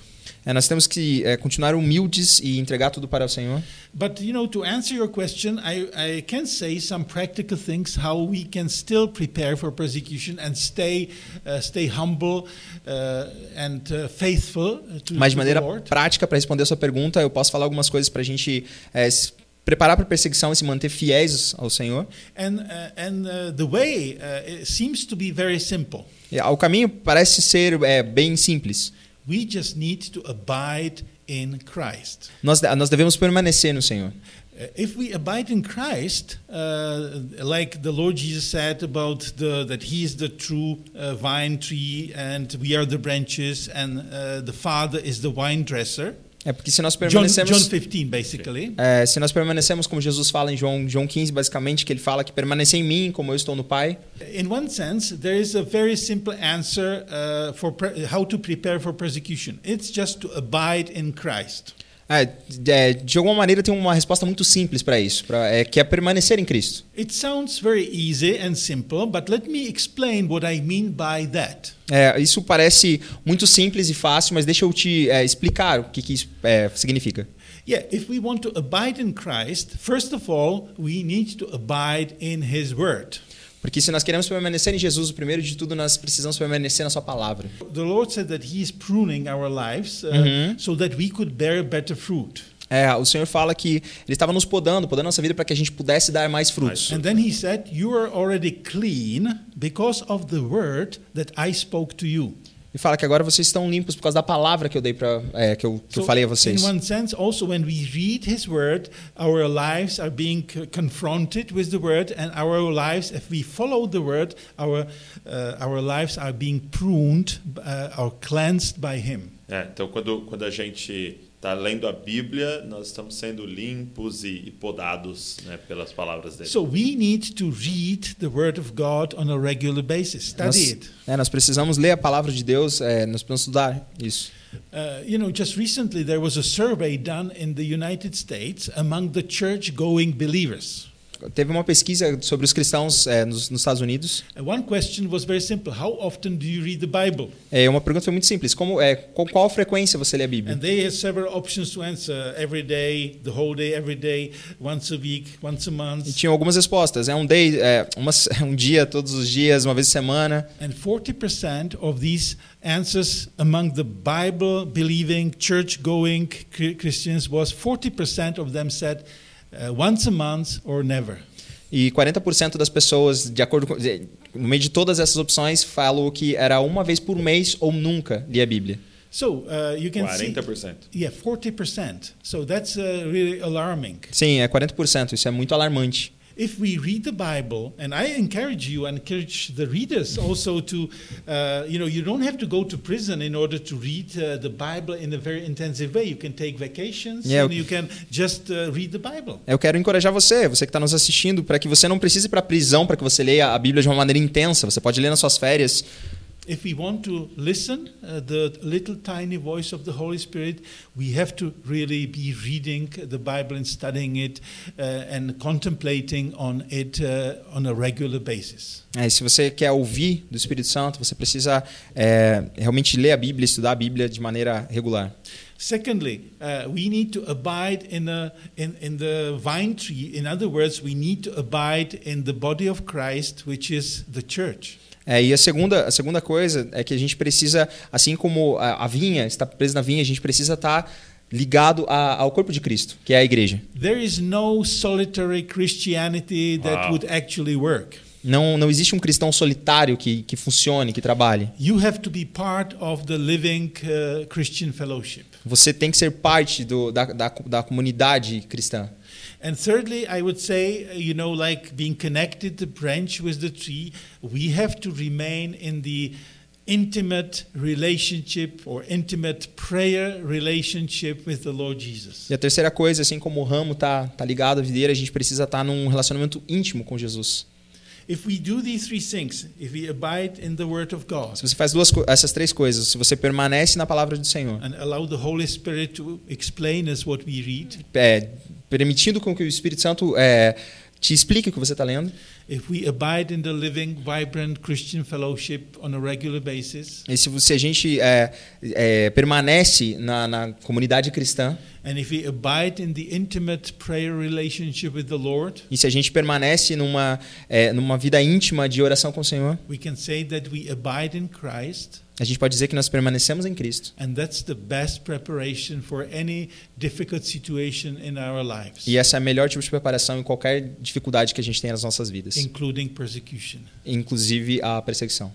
[SPEAKER 4] É, nós temos que é, continuar humildes e entregar tudo para o Senhor.
[SPEAKER 3] But you know, to answer your question, I, I can say some practical things how we can still prepare for persecution and stay uh, stay humble uh, and uh, faithful to, to
[SPEAKER 4] Mas de
[SPEAKER 3] the
[SPEAKER 4] maneira
[SPEAKER 3] Lord.
[SPEAKER 4] prática, para responder a sua pergunta, eu posso falar algumas coisas para a gente é, se preparar para a perseguição e se manter fiéis ao Senhor.
[SPEAKER 3] And uh, and uh, the way uh, it seems to be very simple.
[SPEAKER 4] E, ah, o caminho parece ser é, bem simples.
[SPEAKER 3] We just need to abide in Christ.
[SPEAKER 4] Nós, nós devemos permanecer no Senhor.
[SPEAKER 3] Uh, If we abide in Christ, uh, like the Lord Jesus said about the that He is the true uh, vine tree and we are the branches and uh, the Father is the wine dresser.
[SPEAKER 4] É porque se nós
[SPEAKER 3] John,
[SPEAKER 4] permanecemos.
[SPEAKER 3] John 15, basically.
[SPEAKER 4] É, se nós permanecemos como Jesus fala em João, João 15, basicamente, que ele fala que permanecer em mim como eu estou no Pai,
[SPEAKER 3] In one sense, there is a very simple answer uh, for pre- how to prepare for persecution. It's just to abide in Christ.
[SPEAKER 4] é, de- é, de alguma maneira tem uma resposta muito simples para isso, pra- é, que é permanecer em Cristo.
[SPEAKER 3] It sounds very easy and simple, but let me explain what I mean by that.
[SPEAKER 4] É, isso parece muito simples e fácil, mas deixa eu te é, explicar o que, que isso é, significa.
[SPEAKER 3] Yeah, if we want to abide in Christ, first of all, we need to abide in His Word.
[SPEAKER 4] Porque se nós queremos permanecer em Jesus, primeiro de tudo nós precisamos permanecer na Sua palavra.
[SPEAKER 3] The Lord said that He is pruning our lives uh, so that we could bear better fruit.
[SPEAKER 4] É, o Senhor fala que Ele estava nos podando, podando nossa vida para que a gente pudesse dar mais frutos.
[SPEAKER 3] And then He said, You are already clean because of the Word that I spoke to you.
[SPEAKER 4] E fala que agora vocês estão limpos por causa da palavra que eu dei para é, que eu, que eu falei a vocês.
[SPEAKER 3] in one sense, also when we read His Word, our lives are being c- confronted with the Word, and our lives, if we follow the Word, our uh, our lives are being pruned uh, or cleansed by Him.
[SPEAKER 2] É, então, quando, quando a gente está está lendo a Bíblia, nós estamos sendo limpos e, e podados né, pelas palavras dele.
[SPEAKER 3] So we need to read the Word of God on a regular basis. Study
[SPEAKER 4] Nós,
[SPEAKER 3] it.
[SPEAKER 4] né, nós precisamos ler a palavra de Deus, é, nós precisamos estudar isso.
[SPEAKER 3] Uh, you know, just recently there was a survey done in the United States among the church-going believers.
[SPEAKER 4] Teve uma pesquisa sobre os cristãos é, nos, nos Estados Unidos.
[SPEAKER 3] And Uh, one question was very simple: How often do you read the Bible?
[SPEAKER 4] É, uma pergunta foi muito simples. Como, é, com qual frequência você lê a Bíblia?
[SPEAKER 3] And they have several options to answer: every day, the whole day, every day, once a week, once a
[SPEAKER 4] E
[SPEAKER 3] month.
[SPEAKER 4] tinham algumas respostas. É um day, é, uma se- um dia, todos os dias, uma vez por semana.
[SPEAKER 3] And 40% of these answers among the Bible believing, church going Christians was 40% of them said uh, once a month or never.
[SPEAKER 4] E 40% das pessoas, de acordo com, de- no meio de todas essas opções, falam que era uma vez por mês ou nunca lia a Bíblia.
[SPEAKER 3] So uh, you can see.
[SPEAKER 2] 40%.
[SPEAKER 3] Yeah, 40%. So that's uh, really alarming.
[SPEAKER 4] Sim, é 40%. Isso é muito alarmante.
[SPEAKER 3] If we read the Bible, and I encourage you, I encourage the readers also to, uh, you know, you don't have to go to prison in order to read uh, the Bible in a very intensive way. You can take vacations
[SPEAKER 4] Yeah.
[SPEAKER 3] and you can just uh, read the Bible.
[SPEAKER 4] Eu quero encorajar você, você que está nos assistindo, para que você não precise ir para a prisão para que você leia a Bíblia de uma maneira intensa. Você pode ler nas suas férias.
[SPEAKER 3] If we want to listen uh, the little tiny voice of the Holy Spirit, we have to really be reading the Bible and studying it uh, and contemplating on it uh, on a regular basis.
[SPEAKER 4] É, e se você quer ouvir do Espírito Santo, você precisa é, realmente ler a Bíblia, estudar a Bíblia de maneira regular.
[SPEAKER 3] Secondly, uh, we need to abide in, a, in, in the vine tree. In other words, we need to abide in the body of Christ, which is the church.
[SPEAKER 4] É, e a segunda, a segunda coisa é que a gente precisa, assim como a, a vinha está presa na vinha, a gente precisa estar ligado a- ao corpo de Cristo, que é a igreja.
[SPEAKER 3] There is no solitary Christianity
[SPEAKER 2] Wow.
[SPEAKER 3] that would actually work.
[SPEAKER 4] Não, não existe um cristão solitário que, que funcione, que trabalhe.
[SPEAKER 3] You have to be part of the living uh, Christian fellowship.
[SPEAKER 4] Você tem que ser parte do, da, da, da comunidade cristã.
[SPEAKER 3] And thirdly, I would say, uh, you know, like being connected the branch with the tree, we have to remain in the intimate relationship or intimate prayer relationship with the Lord Jesus.
[SPEAKER 4] E a terceira coisa, assim como o ramo está tá ligado à videira, a gente precisa estar num relacionamento íntimo com Jesus.
[SPEAKER 3] If we do these three things, if we abide in the Word of God
[SPEAKER 4] Se você faz duas, co- essas três coisas, se você permanece na palavra do Senhor,
[SPEAKER 3] and allow the Holy Spirit to explain us what we read,
[SPEAKER 4] é, permitindo com que o Espírito Santo é, te explique o que você está lendo,
[SPEAKER 3] if we abide in the living, vibrant Christian fellowship on a regular basis,
[SPEAKER 4] E se, você- se a gente é, é, permanece na, na comunidade cristã,
[SPEAKER 3] and if we abide in the intimate prayer relationship with the Lord,
[SPEAKER 4] e se a gente permanece numa, é, numa vida íntima de oração com o Senhor,
[SPEAKER 3] We can say that we abide in Christ,
[SPEAKER 4] a gente pode dizer que nós permanecemos em Cristo.
[SPEAKER 3] and that's the best preparation for any difficult situation in our lives,
[SPEAKER 4] E essa é a melhor tipo de preparação em qualquer dificuldade que a gente tem nas nossas vidas,
[SPEAKER 3] including persecution.
[SPEAKER 4] inclusive a perseguição.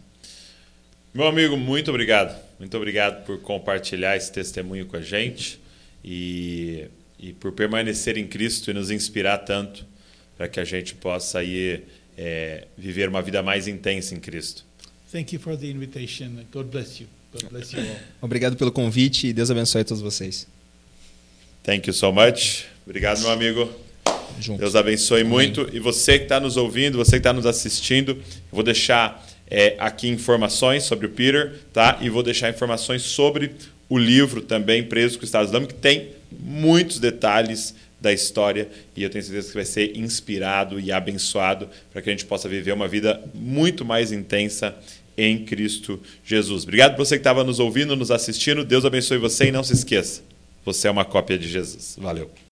[SPEAKER 2] Meu amigo, muito obrigado. Muito obrigado por compartilhar esse testemunho com a gente e, e por permanecer em Cristo e nos inspirar tanto para que a gente possa aí, é, viver uma vida mais intensa em Cristo.
[SPEAKER 3] Thank you for the invitation. God bless you. God bless you all.
[SPEAKER 4] Obrigado pelo convite e Deus abençoe a todos vocês.
[SPEAKER 2] Thank you so much. Obrigado, meu amigo.
[SPEAKER 4] Junto.
[SPEAKER 2] Deus abençoe muito. E você que está nos ouvindo, você que está nos assistindo, eu vou deixar é, aqui informações sobre o Peter, tá? E vou deixar informações sobre o livro também, Preso com o Estado Islâmico, que tem muitos detalhes da história e eu tenho certeza que vai ser inspirado e abençoado para que a gente possa viver uma vida muito mais intensa em Cristo Jesus. Obrigado por você que estava nos ouvindo, nos assistindo. Deus abençoe você e não se esqueça, você é uma cópia de Jesus. Valeu.